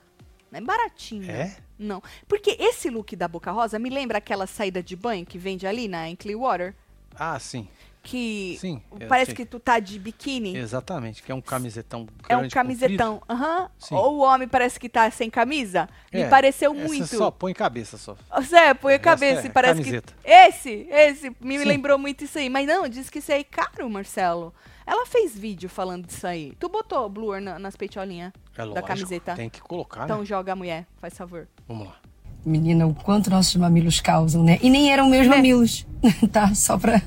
S1: Não é baratinho.
S2: É?
S1: Não. Porque esse look da Boca Rosa me lembra aquela saída de banho que vende ali na em Clearwater?
S2: Ah, sim.
S1: Que
S2: Sim. eu
S1: parece
S2: sei.
S1: que tu tá de biquíni.
S2: Exatamente, que é um camisetão grande.
S1: É um camisetão. Aham.
S2: Sim.
S1: Ou o homem parece que tá sem camisa. Me
S2: É,
S1: pareceu
S2: comprido.
S1: muito.
S2: Essa só põe cabeça só.
S1: Zé, põe a
S2: Essa
S1: cabeça
S2: é
S1: e parece
S2: camiseta.
S1: que. Esse, esse, me
S2: Sim.
S1: lembrou muito isso aí. Mas não, diz que isso aí é caro, Marcelo. Ela fez vídeo falando disso aí. Tu botou o blur na- nas peitolinhas
S2: É lógico.
S1: camiseta.
S2: Tem que colocar,
S1: Então
S2: né?
S1: joga a mulher, faz favor.
S2: Vamos lá.
S5: Menina, o quanto nossos mamilos causam, né? E nem eram meus
S1: É.
S5: mamilos, *laughs* tá? Só pra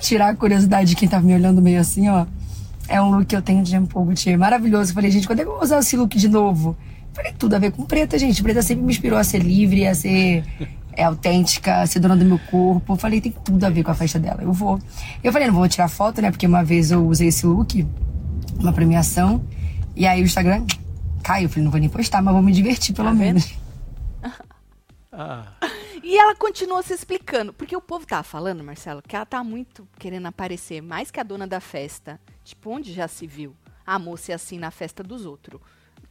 S5: tirar a curiosidade de quem tava me olhando meio assim, ó. É um look que eu tenho de Jean Paul Gaultier, maravilhoso. Eu falei, gente, quando é que eu vou usar esse look de novo? Eu Falei, tudo a ver com preta, gente. Preta sempre me inspirou a ser livre, a ser é, autêntica, a ser dona do meu corpo. Eu falei, tem tudo a ver com a festa dela, eu vou. Eu falei, não vou tirar foto, né? Porque uma vez eu usei esse look, uma premiação, e aí o Instagram caiu. Eu falei, não vou nem postar, mas vou me divertir pelo
S1: Tá vendo?
S5: menos.
S2: Ah,
S1: E ela continua se explicando. Porque o povo tava falando, Marcelo, que ela tá muito querendo aparecer mais que a dona da festa. Tipo, onde já se viu a moça é assim na festa dos outros?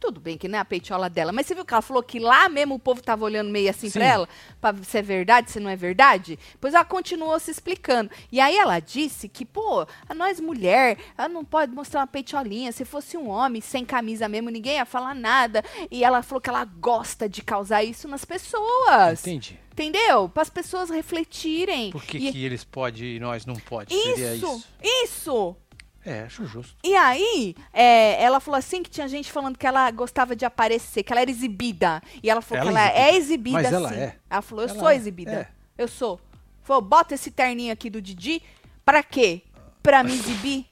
S1: Tudo bem que não é a peitiola dela, mas você viu que ela falou que lá mesmo o povo tava olhando meio assim
S2: Sim.
S1: pra ela, pra ver se é verdade, se não é verdade? Pois ela continuou se explicando. E aí ela disse que, pô, a nós mulher, ela não pode mostrar uma peitiolinha. Se fosse um homem sem camisa mesmo, ninguém ia falar nada. E ela falou que ela gosta de causar isso nas pessoas.
S2: Entendi.
S1: Entendeu? Para as pessoas refletirem.
S2: Por que,
S1: E-
S2: que eles podem e nós não pode? Seria
S1: isso,
S2: isso.
S1: isso.
S2: É, acho justo.
S1: E aí, é, ela falou assim que tinha gente falando que ela gostava de aparecer, que ela era exibida. E ela falou
S2: Ela
S1: que ela
S2: é
S1: é exibida,
S2: Mas ela
S1: sim.
S2: é.
S1: Ela falou, eu
S2: Ela
S1: sou
S2: é,
S1: exibida.
S2: é.
S1: Eu sou. Falou, bota esse terninho aqui do Didi. Pra quê? Pra me exibir?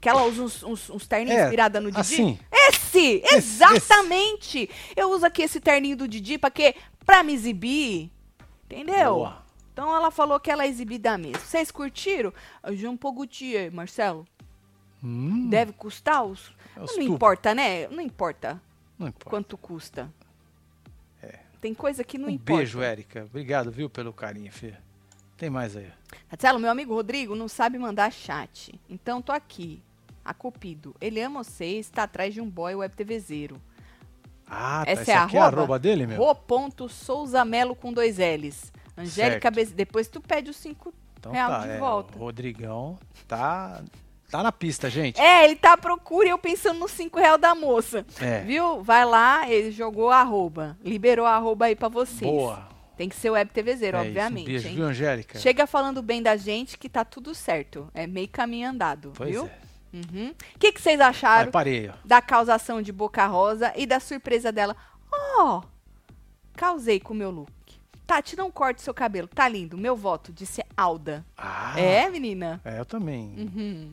S1: Que ela usa uns, uns- uns terninhos
S2: É,
S1: inspirados no Didi?
S2: assim.
S1: Esse!
S2: esse.
S1: Exatamente! Eu uso aqui esse terninho do Didi pra quê? Pra me exibir. Entendeu?
S2: Boa.
S1: Então ela falou que ela é exibida mesmo. Vocês curtiram? um Jean Paul Gaultier, eh, Marcelo.
S2: Hum,
S1: Deve custar os.
S2: É
S1: não
S2: os tubos.
S1: importa, né? Não importa
S2: não importa. É.
S1: quanto custa. Tem coisa que não
S2: um
S1: importa.
S2: beijo, Érica. Obrigado, viu, pelo carinho, filha. Tem mais aí.
S1: Marcelo, meu amigo Rodrigo não sabe mandar chat. Então tô aqui. A Cupido. Ele ama vocês, tá atrás de um boy web TVzeiro.
S2: Ah, tá.
S1: Essa
S2: Esse
S1: é a
S2: aqui é a
S1: arroba?
S2: arroba dele, meu?
S1: Rô ponto Souza Melo com dois L's. Angélica
S2: Certo.
S1: Bez... Depois tu pede os cinco.
S2: Então
S1: real
S2: tá,
S1: de
S2: é,
S1: volta.
S2: O Rodrigão tá, tá na pista, gente.
S1: É, ele tá à procura e eu pensando nos cinco real da moça.
S2: É.
S1: Viu? Vai lá, ele jogou a arroba. Liberou a arroba aí pra vocês.
S2: Boa.
S1: Tem que ser web TVzeiro,
S2: É isso,
S1: obviamente.
S2: um beijo,
S1: hein?
S2: viu, Angélica?
S1: Chega falando bem da gente que tá tudo certo. É meio caminho andado,
S2: Pois
S1: viu?
S2: é.
S1: Uhum. O que, que vocês
S2: Aí
S1: acharam
S2: parei, ó.
S1: da causação de Boca Rosa e da surpresa dela? Ó, causei com o meu look. Tati, não corte seu cabelo. Tá lindo. Meu voto, disse Alda.
S2: Ah,
S1: É, menina?
S2: é, eu também.
S1: Uhum.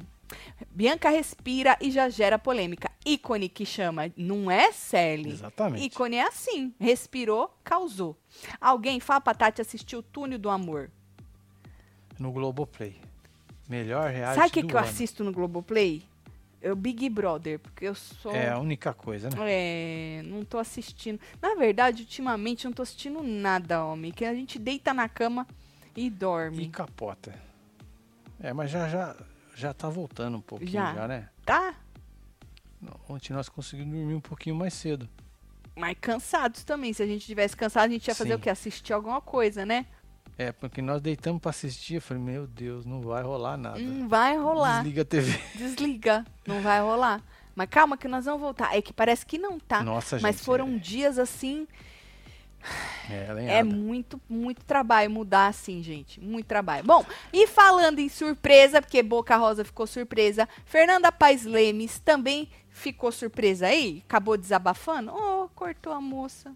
S1: Bianca respira e já gera polêmica. Ícone que chama, não é, Sally?
S2: Exatamente.
S1: Ícone é assim, respirou, causou. Alguém fala pra Tati assistir o Túnel do Amor.
S2: No Globoplay. Melhor reality
S1: Sabe o que,
S2: do
S1: que eu
S2: ano.
S1: assisto no Globoplay? Eu Big Brother, porque eu sou.
S2: É a única coisa, né?
S1: É, não tô assistindo. Na verdade, ultimamente eu não tô assistindo nada, homem. Que a gente deita na cama e
S2: E
S1: dorme.
S2: capota. É, mas já já, já tá voltando um pouquinho já,
S1: Já.
S2: né?
S1: Tá?
S2: Ontem nós conseguimos dormir um pouquinho mais cedo.
S1: Mas cansados também. Se a gente tivesse cansado, a gente ia fazer
S2: Sim.
S1: o quê? Assistir alguma coisa, né?
S2: É, porque nós deitamos pra assistir, eu falei, meu Deus, não vai rolar nada.
S1: Não Hum, vai rolar.
S2: Desliga a TV.
S1: Desliga. Não vai rolar. Mas calma que nós vamos voltar. É que parece que não tá.
S2: Nossa,
S1: Mas
S2: gente.
S1: foram dias assim
S2: É, é,
S1: É
S2: lenhada.
S1: muito, muito trabalho mudar assim, gente. Muito trabalho. Bom, e falando em surpresa, porque Boca Rosa ficou surpresa, Fernanda Paes Lemes também ficou surpresa aí? Acabou desabafando? Oh, cortou a moça.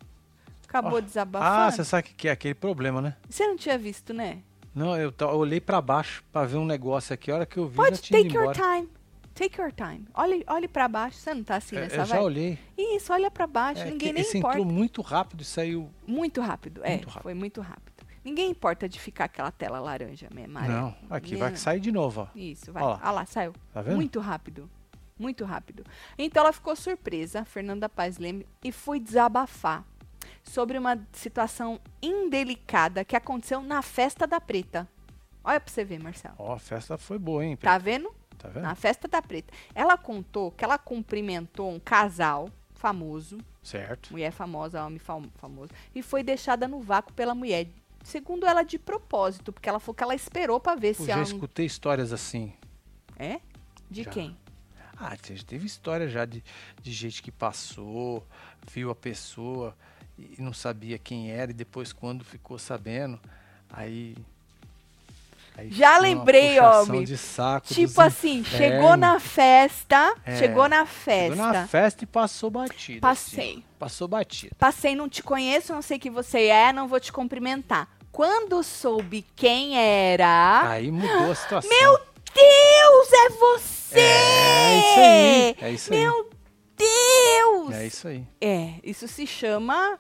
S1: Acabou
S2: Ah, você
S1: desabafando.
S2: sabe o que que é aquele problema, né?
S1: Você não tinha visto, né?
S2: Não, eu, ta- eu olhei pra baixo pra ver um negócio aqui. A hora que eu vi,
S1: Pode,
S2: já tinha
S1: take
S2: ido
S1: your
S2: embora.
S1: time. Take your time. Olhe, olhe pra baixo. Você não tá assim
S2: É,
S1: nessa
S2: eu já
S1: vibe?
S2: olhei.
S1: Isso, olha pra baixo.
S2: É
S1: Ninguém
S2: que
S1: nem
S2: esse
S1: importa.
S2: entrou muito rápido e saiu.
S1: Muito rápido. é,
S2: Muito rápido.
S1: foi muito rápido. Ninguém importa de ficar aquela tela laranja, né? amarela.
S2: Não, aqui
S1: Né?
S2: vai sair de novo, ó.
S1: Isso, vai.
S2: Ó lá.
S1: Ah lá, saiu.
S2: Tá vendo?
S1: Muito rápido. Muito rápido. Então ela ficou surpresa, Fernanda Paz Leme, e foi desabafar sobre uma situação indelicada que aconteceu na festa da preta. Olha pra você ver, Marcelo.
S2: Ó, a festa foi boa, hein?
S1: Tá vendo?
S2: Tá vendo?
S1: Na festa da preta. Ela contou que ela cumprimentou um casal famoso,
S2: Certo.
S1: mulher famosa, homem fam- famoso, e foi deixada no vácuo pela mulher. Segundo ela, de propósito, porque ela falou que ela esperou pra ver
S2: Eu
S1: se
S2: já
S1: ela. não-
S2: escutei histórias assim.
S1: É? De
S2: Já.
S1: quem?
S2: Ah, te- teve história já de, de gente que passou, viu a pessoa e não sabia quem era, e depois quando ficou sabendo, aí. aí
S1: Já
S2: foi uma
S1: lembrei,
S2: puxação
S1: homem.
S2: De saco dos
S1: Tipo assim,
S2: infernos.
S1: chegou na festa,
S2: É,
S1: chegou na festa.
S2: Chegou na assim. festa e passou batido.
S1: Passei.
S2: assim. Passou batido.
S1: Passei, não te conheço, não sei quem você é, não vou te cumprimentar. Quando soube quem era,
S2: Aí mudou a situação.
S1: Tá? meu Deus, é você!
S2: É isso aí. É isso aí.
S1: Meu Deus!
S2: É isso aí.
S1: É, isso se chama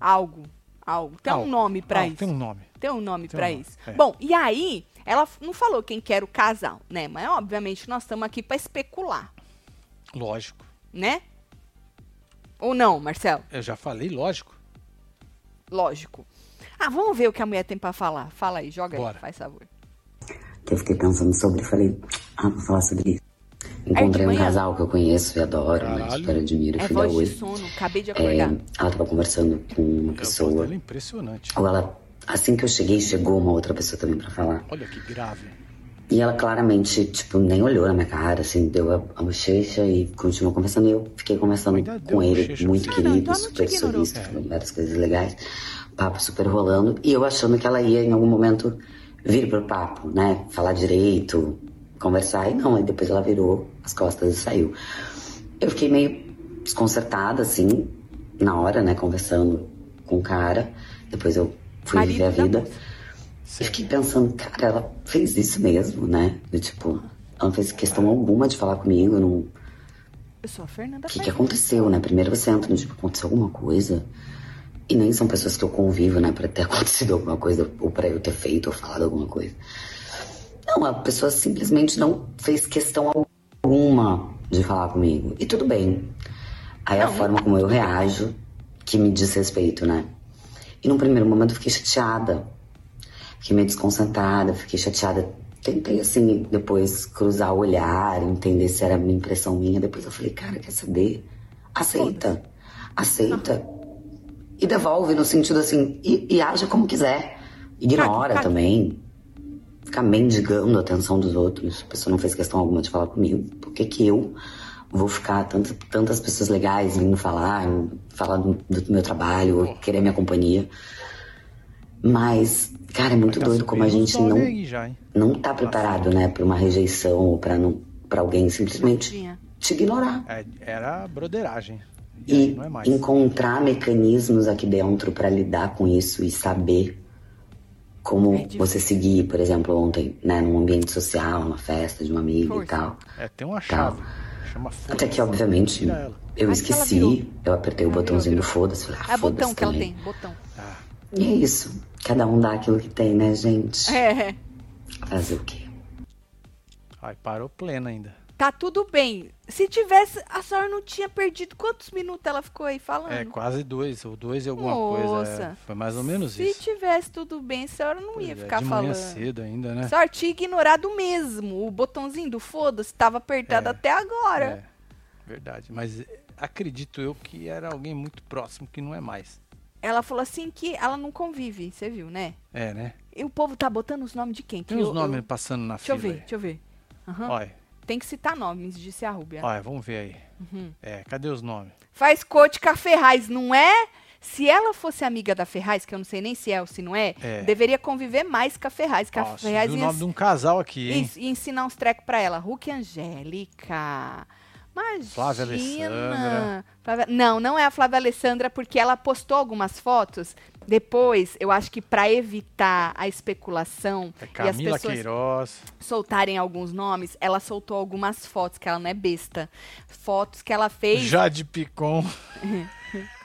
S1: algo, algo. Tem
S2: Algo,
S1: um nome pra
S2: Ah,
S1: isso.
S2: Tem um nome.
S1: Tem um nome
S2: Tem um
S1: pra
S2: nome,
S1: isso.
S2: é.
S1: Bom, e aí, ela f- não falou quem que era o casal, né? Mas obviamente nós estamos aqui pra especular.
S2: Lógico.
S1: né? Ou não, Marcelo?
S2: Eu já falei, lógico.
S1: Lógico. Ah, vamos ver o que a mulher tem pra falar. Fala aí, joga
S2: Bora.
S1: aí, faz favor.
S6: que eu fiquei pensando sobre, eu falei, ah, vou falar sobre isso. Encontrei um
S1: manhã?
S6: casal que eu conheço e adoro, mas
S2: Caralho.
S6: super admiro,
S1: É
S6: fui da
S1: voz de
S6: um Oi.
S1: sono, acabei de
S6: É,
S1: acordar.
S6: ela tava conversando com uma
S2: A voz
S6: pessoa.
S2: dela é impressionante.
S6: Ou ela, assim que eu cheguei, chegou uma outra pessoa também pra falar.
S2: Olha que grave.
S6: E ela claramente, tipo, nem olhou na minha cara, assim, deu a, a bochecha e continuou conversando. E eu fiquei conversando
S2: Ainda deu
S6: com ele,
S2: bochecha
S6: muito
S2: pra
S1: você. Ah, não,
S6: querido,
S1: então ela não
S6: super
S1: te ignorou.
S6: solista, falando várias coisas legais, papo super rolando. E eu achando que ela ia, em algum momento, vir pro papo, né? Falar direito, conversar. E não, aí depois ela virou as costas e saiu. Eu fiquei meio desconcertada, assim, na hora, né? Conversando com o cara. Depois eu fui
S1: Marido
S6: viver a
S1: da
S6: vida.
S1: moça.
S6: Eu fiquei pensando, cara, ela fez isso mesmo, né? Do tipo, ela não fez questão alguma de falar comigo. não- O
S1: Eu sou a Fernanda
S6: que, que
S1: Paes.
S6: aconteceu, né? Primeiro você entra no tipo, aconteceu alguma coisa. E nem são pessoas que eu convivo, né? Pra ter *laughs* acontecido alguma coisa, ou pra eu ter feito ou falado alguma coisa. Não, a pessoa simplesmente não fez questão alguma de falar comigo. E tudo bem. Aí a forma como eu reajo que me diz respeito, né? E num primeiro momento eu fiquei chateada. Fiquei meio desconcentrada, fiquei chateada. Tentei, assim, depois cruzar o olhar, entender se era a minha impressão minha. Depois eu falei, cara, quer saber? Aceita. Aceita. E devolve no sentido assim, e, e aja como quiser. Ignora
S1: Cague, cague.
S6: também. Ficar mendigando a atenção dos outros. A pessoa não fez questão alguma de falar comigo. Por que que eu vou ficar tantas, tantas pessoas legais vindo falar, falar do, do meu trabalho, ou querer minha companhia? Mas, cara, é muito
S2: Tá
S6: doido como a
S2: subindo
S6: gente
S2: os dólares
S6: não
S2: aí já, hein?
S6: não tá preparado, né, pra uma rejeição ou pra não para alguém simplesmente
S1: Tadinha.
S6: te ignorar
S2: É, era broderagem. E, aí
S6: e
S2: não é mais.
S6: encontrar mecanismos aqui dentro pra lidar com isso e saber como
S1: É difícil.
S6: você seguir, por exemplo, ontem, né, num ambiente social, numa festa de um amigo
S1: Força.
S6: e tal.
S2: É, tem uma chave. Chama foda.
S6: Até Tá. que, é obviamente,
S2: Tira ela.
S6: eu
S1: Mas que ela
S6: esqueci,
S1: virou.
S6: eu apertei o
S1: Ela virou,
S6: botãozinho do
S1: virou.
S6: foda-se, falei,
S1: É
S6: ah,
S1: botão
S6: foda-se
S1: que ela
S6: também.
S1: tem, botão.
S6: E é isso, cada um dá aquilo que tem, né, gente?
S1: É.
S6: Fazer o quê?
S2: Ai, parou plena ainda.
S1: Tá tudo bem. Se tivesse, a senhora não tinha perdido quantos minutos ela ficou aí falando?
S2: É, quase dois, ou dois e alguma coisa. é.
S1: Nossa.
S2: Foi mais ou menos
S1: Se
S2: isso.
S1: tivesse tudo bem, a senhora não
S2: Pois
S1: ia
S2: é,
S1: ficar
S2: de manhã
S1: falando.
S2: cedo ainda, né?
S1: A senhora tinha ignorado mesmo. O botãozinho do foda-se tava apertado
S2: É.
S1: até agora.
S2: É, verdade. Mas acredito eu que era alguém muito próximo que não é mais.
S1: Ela falou assim que ela não convive, você viu, né?
S2: É, né?
S1: E o povo tá botando os nomes de quem? Que
S2: Tem uns
S1: eu-
S2: nomes
S1: eu-
S2: passando na
S1: Deixa eu
S2: fila. é.
S1: ver, deixa eu ver. Aham.
S2: aí. Olha,
S1: Tem que citar nomes, disse a Rúbia.
S2: olha, vamos ver aí.
S1: Uhum.
S2: É, cadê os nomes?
S1: Faz coach com a Ferraz, não é? Se ela fosse amiga da Ferraz, que eu não sei nem se é ou se não é,
S2: É.
S1: deveria conviver mais com a Ferraz, que a
S2: Ó,
S1: Ferraz
S2: surgiu o
S1: ia,
S2: nome de um casal aqui, hein?
S1: isso, ia ensinar uns trecos pra ela. Hulk e Angélica. Imagina.
S2: Flávia Alessandra.
S1: Flávia- Não, não é a Flávia Alessandra, porque ela postou algumas fotos. Depois, eu acho que pra evitar a especulação
S2: É
S1: e as
S2: Camila
S1: pessoas
S2: Queiroz.
S1: soltarem alguns nomes, ela soltou algumas fotos, que ela não é besta. Fotos que ela fez.
S2: Jade Picon.
S1: *laughs*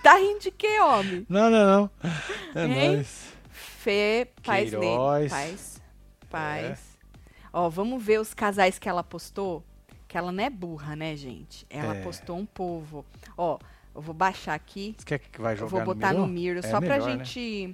S1: Tá rindo de que, homem?
S2: Não, não, não. É
S1: Hein?
S2: nóis.
S1: Fê, paz nele.
S2: Queiroz. É.
S1: Paz. Paz. Ó, vamos ver os casais que ela postou. Que ela não é burra, né, gente? Ela
S2: É.
S1: postou um povo. Ó, eu vou baixar aqui.
S2: Você quer que vai
S1: Eu
S2: jogar
S1: vou botar no
S2: Miro?
S1: Miro,
S2: É
S1: só pra
S2: melhor, né?
S1: gente.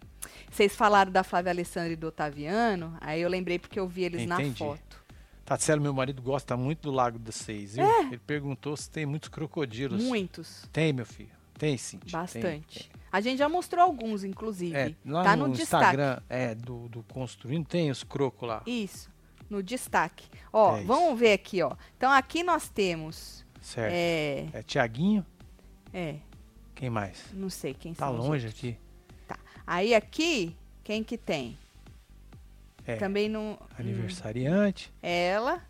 S1: Vocês falaram da Flávia Alessandra e do Otaviano. Aí eu lembrei porque eu vi eles na
S2: Entendi.
S1: foto.
S2: né? Tatselo, meu marido, gosta muito do Lago dos Seis, viu?
S1: É.
S2: Ele perguntou se tem muitos crocodilos.
S1: Muitos.
S2: Tem, meu filho. Tem, sim. tem,
S1: Bastante.
S2: tem.
S1: A gente já mostrou alguns, inclusive.
S2: É, lá
S1: tá
S2: no,
S1: no destaque.
S2: Instagram é, do, do Construindo tem os crocos lá.
S1: Isso, no destaque. Ó,
S2: É isso.
S1: vamos ver aqui, ó. Então aqui nós temos.
S2: Certo.
S1: É.
S2: É, Tiaguinho.
S1: É,
S2: Quem mais?
S1: não sei quem
S2: Tá
S1: são. os
S2: longe
S1: outros. Hum.
S2: aqui.
S1: Aí aqui, quem que tem?
S2: É.
S1: Também não.
S2: Aniversariante.
S1: Ela,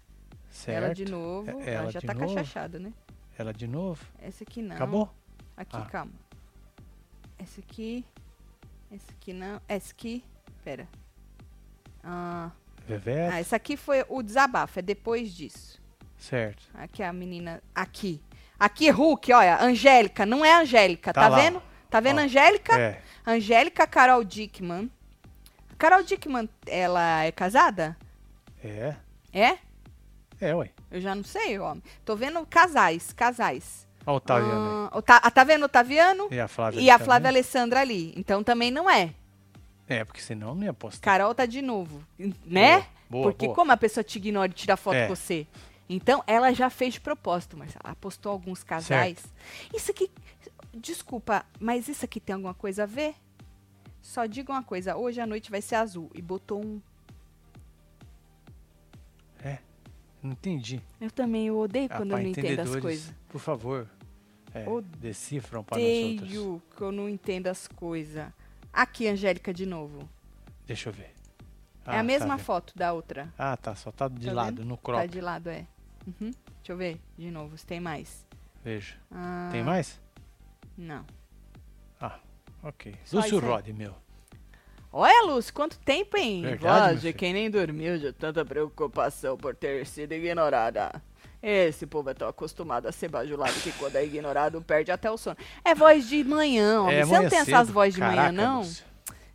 S2: Certo.
S1: ela de novo.
S2: É-
S1: ela
S2: ela
S1: já
S2: de
S1: tá
S2: novo.
S1: cachachada, né?
S2: Ela de novo.
S1: Essa aqui não.
S2: Acabou?
S1: Aqui,
S2: Ah.
S1: calma. Essa aqui. Essa aqui não. Essa aqui. Pera. Ah,
S2: Vevé.
S1: ah, essa aqui foi o desabafo, é depois disso.
S2: Certo.
S1: Aqui é a menina. Aqui. Aqui, Hulk, olha. Angélica, não é Angélica, tá,
S2: Tá lá.
S1: vendo? Tá vendo
S2: Ó.
S1: Angélica?
S2: É.
S1: Angélica Carol Dickman. Carol Dickman, ela é casada?
S2: É.
S1: É?
S2: É, ué.
S1: Eu já não sei, homem. Tô vendo casais, casais.
S2: Olha o Otaviano
S1: Ah, Ota- ah, tá vendo o Otaviano?
S2: aí. E a Flávia.
S1: E a
S2: também.
S1: Flávia Alessandra ali. Então também não é.
S2: É, porque senão eu não ia postar.
S1: Carol tá de novo. Né?
S2: Boa,
S1: Porque
S2: boa.
S1: como a pessoa te ignora e tira foto
S2: É.
S1: com você? Então, ela já fez de propósito, Marcela. Ela postou alguns casais. Isso aqui. Desculpa, mas isso aqui tem alguma coisa a ver? Só diga uma coisa: hoje a noite vai ser azul. E botou um.
S2: Não entendi.
S1: Eu também eu odeio É quando eu
S2: Rapaz,
S1: não entendo as
S2: entendedores,
S1: coisas.
S2: Por favor, é,
S1: Odeio.
S2: decifram para nós outros.
S1: Odeio que eu não entendo as coisas. Aqui, Angélica, de novo.
S2: Deixa eu ver.
S1: é
S2: Ah,
S1: a mesma
S2: tá vendo.
S1: foto da outra.
S2: Ah, tá. Só tá de
S1: Tá
S2: lado, no crop.
S1: Tá de lado, é. Uhum. Deixa eu ver de novo se tem mais.
S2: Vejo.
S1: Ah,
S2: Tem mais? Ah,
S1: Não.
S2: Ok.
S1: Só
S2: Lúcio
S1: isso aí.
S2: Rod, meu.
S1: Olha, Luz, quanto tempo, hein?
S2: Verdade, meu
S1: Voz de
S2: filho.
S1: quem nem dormiu de tanta preocupação por ter sido ignorada. Esse povo é tão acostumado a ser bajulado que quando é ignorado perde até o sono. É voz de manhã, homem. Você não
S2: É, amanhã
S1: tem essas
S2: cedo.
S1: vozes de
S2: Caraca,
S1: manhã, não?
S2: Lúcio.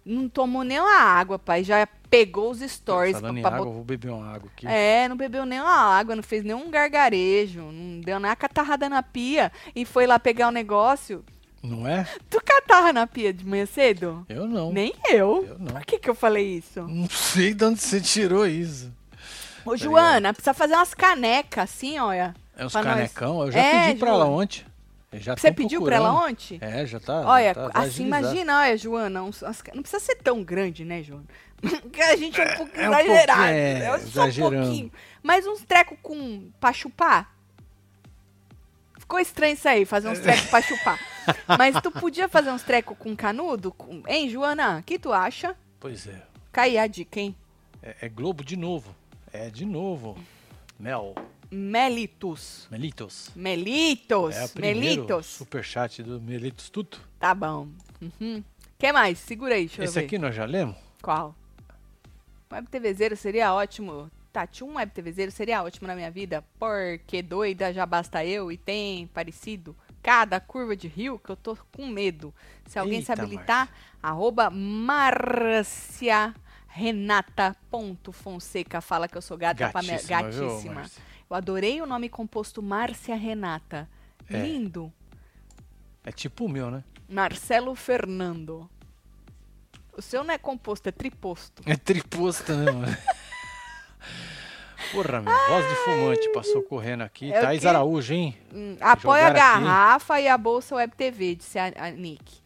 S1: Não tomou nem uma água, pai. Já pegou os stories pra,
S2: Falando Tá em
S1: pra
S2: água, um
S1: botar.
S2: eu vou beber uma água aqui.
S1: É, não bebeu nem uma água, não fez nenhum gargarejo, não deu nem a catarrada na pia e foi lá pegar o negócio.
S2: Não é?
S1: Tu catarra na pia de manhã cedo?
S2: Eu não.
S1: Nem eu.
S2: Eu não.
S1: Por que, que eu falei isso?
S2: Não sei de onde você tirou isso. Tá
S1: Ô, Joana, precisa fazer umas canecas assim, olha.
S2: É uns
S1: Pra nós.
S2: canecão. Eu já
S1: É,
S2: pedi pra ela
S1: Joana.
S2: ontem. Eu Já
S1: Você
S2: tô
S1: pediu pra ela
S2: procurando.
S1: ontem?
S2: É, já tá.
S1: Olha,
S2: já tá
S1: assim,
S2: agilizado.
S1: imagina, olha, Joana, uns- umas ca- não precisa ser tão grande, né, Joana? *laughs* Porque a gente é um pouco
S2: é um pouquinho,
S1: exagerado.
S2: é,
S1: né? só um
S2: exagerando.
S1: pouquinho. Mas uns treco com. pra chupar. Ficou estranho isso aí, fazer uns treco pra
S2: *laughs*
S1: chupar. Mas tu podia fazer uns treco com canudo? Com... Hein, Joana? O que tu acha?
S2: Pois é.
S1: Cai a dica, hein?
S2: é. é Globo de novo. É de novo. Mel.
S1: Melitos.
S2: Melitos.
S1: Melitos.
S2: É o primeiro
S1: Melitos.
S2: superchat do Melitos Tuto.
S1: Tá bom. Uhum. que mais? Segura aí, deixa
S2: Esse
S1: eu ver.
S2: aqui nós já lemos?
S1: Qual? Web TVzeiro seria ótimo. Tati, um Web TVzeiro seria ótimo na minha vida. Porque doida já basta eu e tem parecido. Cada curva de rio que eu tô com medo. Se alguém se
S2: Eita,
S1: habilitar, arroba Márcia Renata.fonseca fala que eu sou gata pra me-
S2: Gatíssima, viu,
S1: gatíssima.
S2: Márcia?
S1: eu adorei o nome composto Márcia Renata.
S2: É.
S1: Lindo.
S2: É tipo o meu, né? *laughs*
S1: Marcelo Fernando. O seu não é composto, é triposto.
S2: É triposto, né, mano? *laughs* Porra, meu. Voz de fumante passou correndo aqui.
S1: É o
S2: Thaís
S1: quê?
S2: Araújo, hein?
S1: Hum, apoia a
S2: Jogaram aqui.
S1: garrafa e a bolsa Web TV, disse a, a Nick.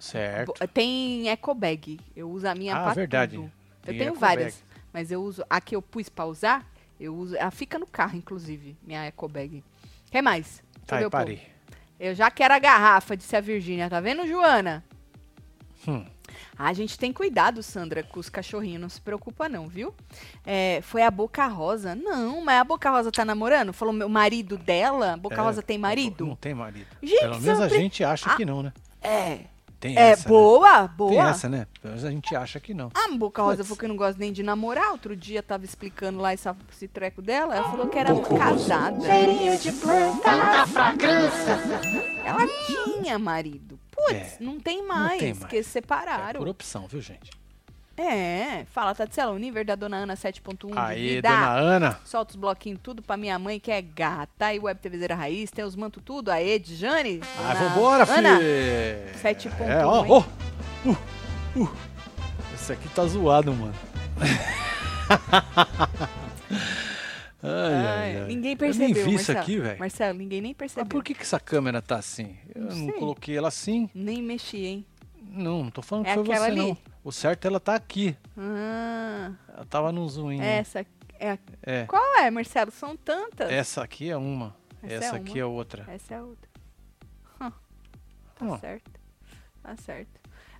S2: Certo.
S1: Bo- Tem eco bag. Eu uso a minha
S2: Ah,
S1: pra
S2: verdade. é
S1: tudo. Eu
S2: Tem
S1: tenho
S2: eco
S1: várias, mas eu uso a que eu pus pra usar. Eu uso, ela fica no carro inclusive, minha eco bag. Que mais? Deixa eu
S2: Tá,
S1: ver
S2: eu
S1: o povo.
S2: parei.
S1: Eu já quero a garrafa, disse a Virgínia. Tá vendo, Joana?
S2: Hum.
S1: A gente tem cuidado, Sandra, com os cachorrinhos. Não se preocupa, não, viu? É, foi a Boca Rosa. Não, mas a Boca Rosa tá namorando? Falou meu marido dela? Boca
S2: É,
S1: Rosa tem
S2: Não,
S1: marido?
S2: tem marido.
S1: Gente,
S2: Pelo menos a
S1: sempre-
S2: gente acha que não, né?
S1: É.
S2: Tem
S1: É,
S2: essa. né?
S1: boa,
S2: Tem
S1: boa.
S2: essa, né? Pelo menos a gente acha que não. É
S1: A Boca Rosa
S2: Putz.
S1: falou que não gosta nem de namorar. Outro dia tava explicando lá essa- esse treco dela. Ela falou que era casada.
S3: Cheirinho de planta, tanta fragrância.
S1: Ela tinha marido. Putz,
S2: É,
S1: não tem mais,
S2: tem mais.
S1: porque
S2: É por
S1: separaram.
S2: opção, viu, gente?
S1: É, fala, Tatiela, o nível da Dona Ana 7.1 de
S2: Aê,
S1: vida.
S2: dona Ana.
S1: Solta os bloquinhos tudo pra minha mãe, que é gata. E Web TVzeira Raiz, tem os manto tudo. Aê, Djane.
S2: Ah,
S1: Dona
S2: vambora, filho.
S1: Ana, 7.1,
S2: É, ó,
S1: hein?
S2: ó. Uh, uh. Esse aqui tá zoado, mano. *laughs* ai, ai,
S1: Ai,
S2: ai.
S1: Ninguém
S2: Eu
S1: percebeu,
S2: nem vi isso
S1: Marcelo.
S2: aqui, velho.
S1: Marcelo, ninguém nem percebeu.
S2: Mas por que, que essa câmera tá assim? Eu
S1: é Não
S2: não
S1: sei.
S2: coloquei ela assim.
S1: Nem mexi, hein?
S2: Não, não tô falando
S1: É
S2: que foi você,
S1: aquela ali.
S2: não. O certo é ela tá aqui.
S1: Ah,
S2: Ela tava num zoinho.
S1: essa é a...
S2: É.
S1: Qual é, Marcelo? São tantas.
S2: Essa aqui é uma.
S1: Essa é
S2: Essa,
S1: uma.
S2: aqui é outra.
S1: Essa é a outra. Hã, Tá
S2: Ó.
S1: certo. Tá certo.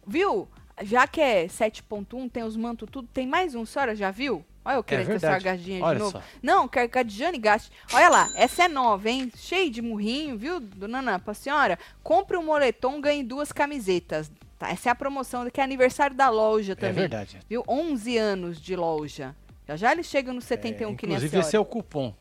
S1: Viu? Já que é 7.1, tem os manto tudo, tem mais um, senhora já viu? Olha eu querendo que a senhora
S2: É verdade.
S1: gastinha de
S2: Olha
S1: novo.
S2: só.
S1: Não, quero que a Diane gaste. Olha lá, essa é nova, hein? Cheia de murrinho, viu, dona Ana? Pra senhora, compre um moletom, ganhe duas camisetas. Tá? Essa é a promoção, que é aniversário da loja
S2: É
S1: também.
S2: verdade.
S1: Viu? 11 anos de loja. Já já eles chegam no 71 que nem a
S2: É, Inclusive,
S1: senhora.
S2: esse é o cupom.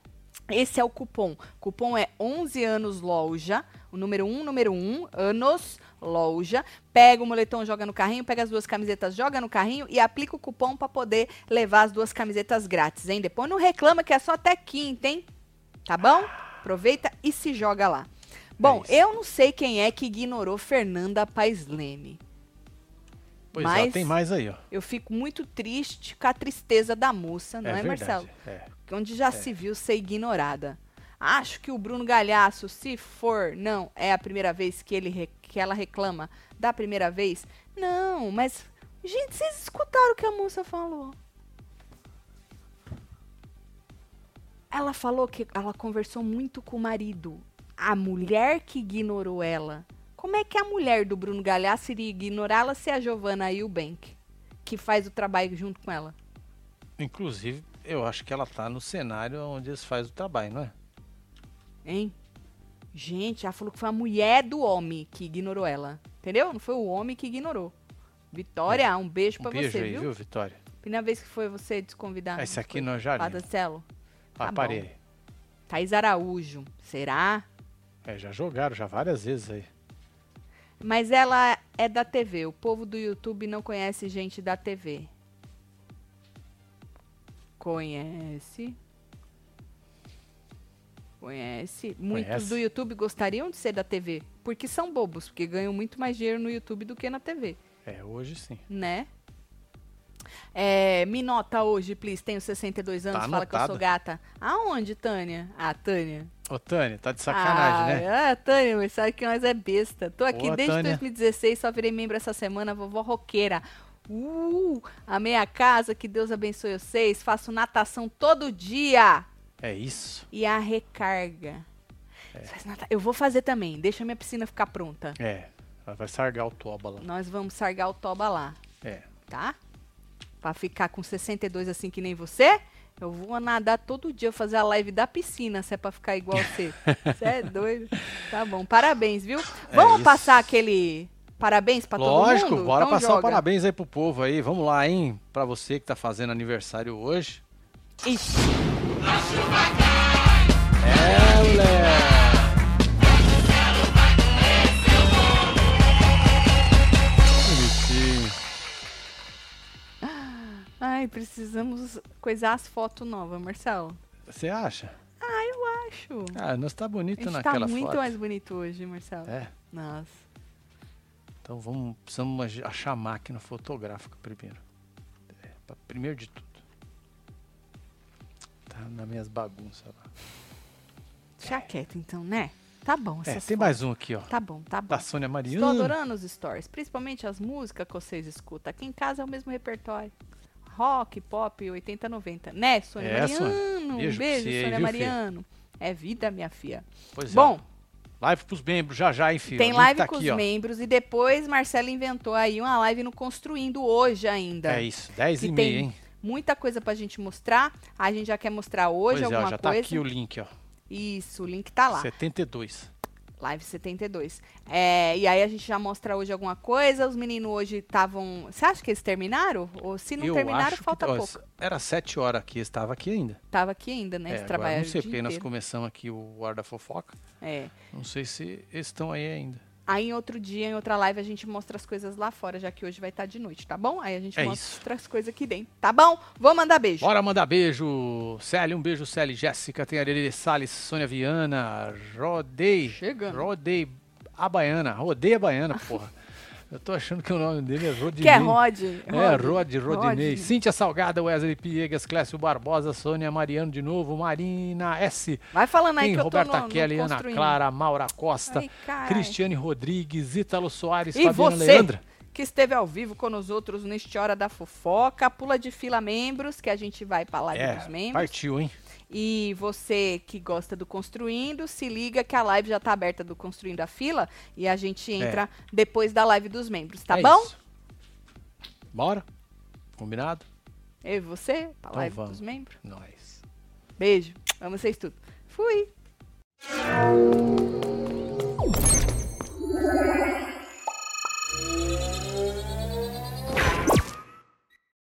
S1: Esse é o cupom. Cupom é 11 anos loja. O número 1, número 1, anos loja. Pega o moletom, joga no carrinho, pega as duas camisetas, joga no carrinho e aplica o cupom pra poder levar as duas camisetas grátis, hein? Depois não reclama que é só até quinta, hein? Tá bom? Aproveita e se joga lá. Bom,
S2: isso.
S1: é eu não sei quem é que ignorou Fernanda Paisleme.
S2: Pois é,
S1: Mas-
S2: tem mais aí, ó.
S1: Eu fico muito triste com a tristeza da moça, não é,
S2: verdade.
S1: Marcelo?
S2: É.
S1: Onde já se viu ser ignorada. Acho que o Bruno Galhaço, se for, não, é a primeira vez que, ele re- que ela reclama da primeira vez. Não, mas, gente, vocês escutaram o que a moça falou. Ela falou que ela conversou muito com o marido. A mulher que ignorou ela. Como é que a mulher do Bruno Galhaço iria ignorá-la se é a Giovanna Eubank, que faz o trabalho junto com ela?
S2: Inclusive, eu acho que ela tá no cenário onde eles fazem o trabalho, não é?
S1: Tipo Hein? Gente, ela falou que foi a mulher do homem que ignorou ela. Entendeu? Não foi o homem que ignorou. Vitória, um beijo
S2: Um
S1: pra
S2: beijo
S1: você,
S2: aí,
S1: viu?
S2: viu, Vitória?
S1: Primeira vez que foi você desconvidar.
S2: Esse aqui é
S1: não
S2: nós já
S1: foi?
S2: lemos.
S1: Padacelo.
S2: Ah,
S1: Tá bom.
S2: parei.
S1: Thaís Araújo. Será?
S2: É, já jogaram, já várias vezes aí.
S1: Mas ela é da TV. O povo do YouTube não conhece gente da TV. Conhece. Conhece. Muitos
S2: Conhece.
S1: do YouTube gostariam de ser da TV. Porque são bobos. Porque ganham muito mais dinheiro no YouTube do que na TV.
S2: É, hoje sim.
S1: Né? É, me nota hoje, please. Tenho 62 anos. fala que eu sou
S2: anotada.
S1: gata. Aonde, Tânia? Ah, Tânia.
S2: Ô, Tânia, tá de sacanagem, né?
S1: Ah, Tânia, mas sabe que nós é besta. Tô aqui
S2: Boa,
S1: desde
S2: Tânia.
S1: 2016, só virei membro essa semana, vovó roqueira. Uh, amei a casa, que Deus abençoe vocês. Faço natação todo dia.
S2: É isso.
S1: E a recarga. Faz nata- Eu vou fazer também, deixa minha piscina ficar pronta.
S2: É. Ela vai sargar o toba lá.
S1: Nós vamos sargar o toba lá,
S2: É.
S1: tá? Pra ficar com 62 assim que nem você, eu vou nadar todo dia, fazer a live da piscina, se é pra ficar igual
S2: *laughs*
S1: você. Você é doido. Tá bom, parabéns, viu?
S2: É
S1: Vamos
S2: isso.
S1: passar aquele parabéns pra
S2: Lógico,
S1: todo mundo?
S2: bora
S1: Então
S2: passar
S1: joga.
S2: o parabéns aí pro povo aí. Vamos lá, hein? Pra você que tá fazendo aniversário hoje.
S1: Isso.
S2: Bonitinho.
S1: Ai, precisamos coisar as fotos novas, Marcelo.
S2: Você acha?
S1: Acho.
S2: Ah, nós tá
S1: A
S2: bonito
S1: gente tá
S2: naquela
S1: muito
S2: foto.
S1: mais bonito hoje, Marcelo.
S2: É.
S1: Nossa.
S2: Então vamos, precisamos ag- achar a máquina fotográfica primeiro. É, pra- primeiro de tudo. Tá nas minhas bagunças lá.
S1: Deixa quieto, então, né? Tá bom.
S2: É,
S1: essas
S2: tem
S1: fotos.
S2: mais um aqui, ó.
S1: Tá bom, tá bom.
S2: Da Sônia
S1: Estou
S2: Mariana.
S1: adorando os stories, principalmente as músicas que vocês escutam. Aqui em casa é o mesmo repertório. Rock, pop, 80, 90. Né, Sônia
S2: É, Sônia.
S1: Mariano? Um
S2: Beijo
S1: Beijo,
S2: pra você aí,
S1: Sônia
S2: viu,
S1: Mariano. É vida, minha filha.
S2: Pois é.
S1: Bom,
S2: Live pros membros, já já, hein, filho.
S1: tem
S2: O link
S1: live
S2: tá
S1: com
S2: aqui,
S1: os
S2: ó.
S1: membros e depois Marcelo inventou aí uma live no Construindo hoje ainda.
S2: É isso, 10
S1: Que
S2: e
S1: tem
S2: meia, hein?
S1: Muita coisa pra gente mostrar. A gente já quer mostrar hoje
S2: pois é, ó,
S1: alguma
S2: já tá
S1: coisa.
S2: aqui o link, ó.
S1: Isso, o link tá lá.
S2: 72.
S1: Live 72. É, e aí a gente já mostra hoje alguma coisa. Os meninos hoje estavam. Você acha que eles terminaram? Ou se não
S2: eu
S1: terminaram,
S2: acho que- tá,
S1: falta
S2: ó,
S1: pouco.
S2: Era 7 horas aqui, estava aqui ainda.
S1: Tava aqui ainda, né?
S2: É,
S1: Eles
S2: agora
S1: trabalharam.
S2: não sei,
S1: o dia
S2: porque nós
S1: inteiro.
S2: começamos aqui o Hora da Fofoca.
S1: É.
S2: Não sei se eles estão aí ainda.
S1: Aí em outro dia, em outra live, a gente mostra as coisas lá fora, já que hoje vai estar de noite, tá bom? Aí a gente
S2: É
S1: mostra as coisas aqui dentro, tá bom? Vou mandar beijo.
S2: Bora mandar beijo. Célia, um beijo, Célia. e Jéssica, tem a Lili Salles, Sônia Viana, Rodei.
S1: Chegando.
S2: Rodei a Baiana. Rodei a Baiana,
S1: *laughs*
S2: porra. Eu tô achando que o nome dele é Rodinei.
S1: Que é Rod.
S2: É, Rod, Rodinei.
S1: Rod.
S2: Cíntia Salgada, Wesley Piegas, Clécio Barbosa, Sônia Mariano de novo, Marina S.
S1: Vai falando aí
S2: Tem
S1: que eu
S2: Roberta
S1: tô no, no
S2: Kelly, Ana
S1: construindo.
S2: Clara, Maura Costa,
S1: Ai, carai.
S2: Cristiane Rodrigues, Ítalo Soares,
S1: E
S2: Fabiana
S1: você
S2: Leandra.
S1: que esteve ao vivo com nós outros neste Hora da Fofoca, pula de fila membros, que a gente vai pra live
S2: É,
S1: dos membros.
S2: partiu, hein?
S1: E você que gosta do Construindo, se liga que a live já tá aberta do Construindo a Fila e a gente entra depois da live dos membros, tá
S2: É
S1: bom?
S2: isso. Bora? Combinado?
S1: Eu e você, pra
S2: Então
S1: live
S2: vamos.
S1: dos membros.
S2: Nós.
S1: Beijo, amo vocês tudo. Fui!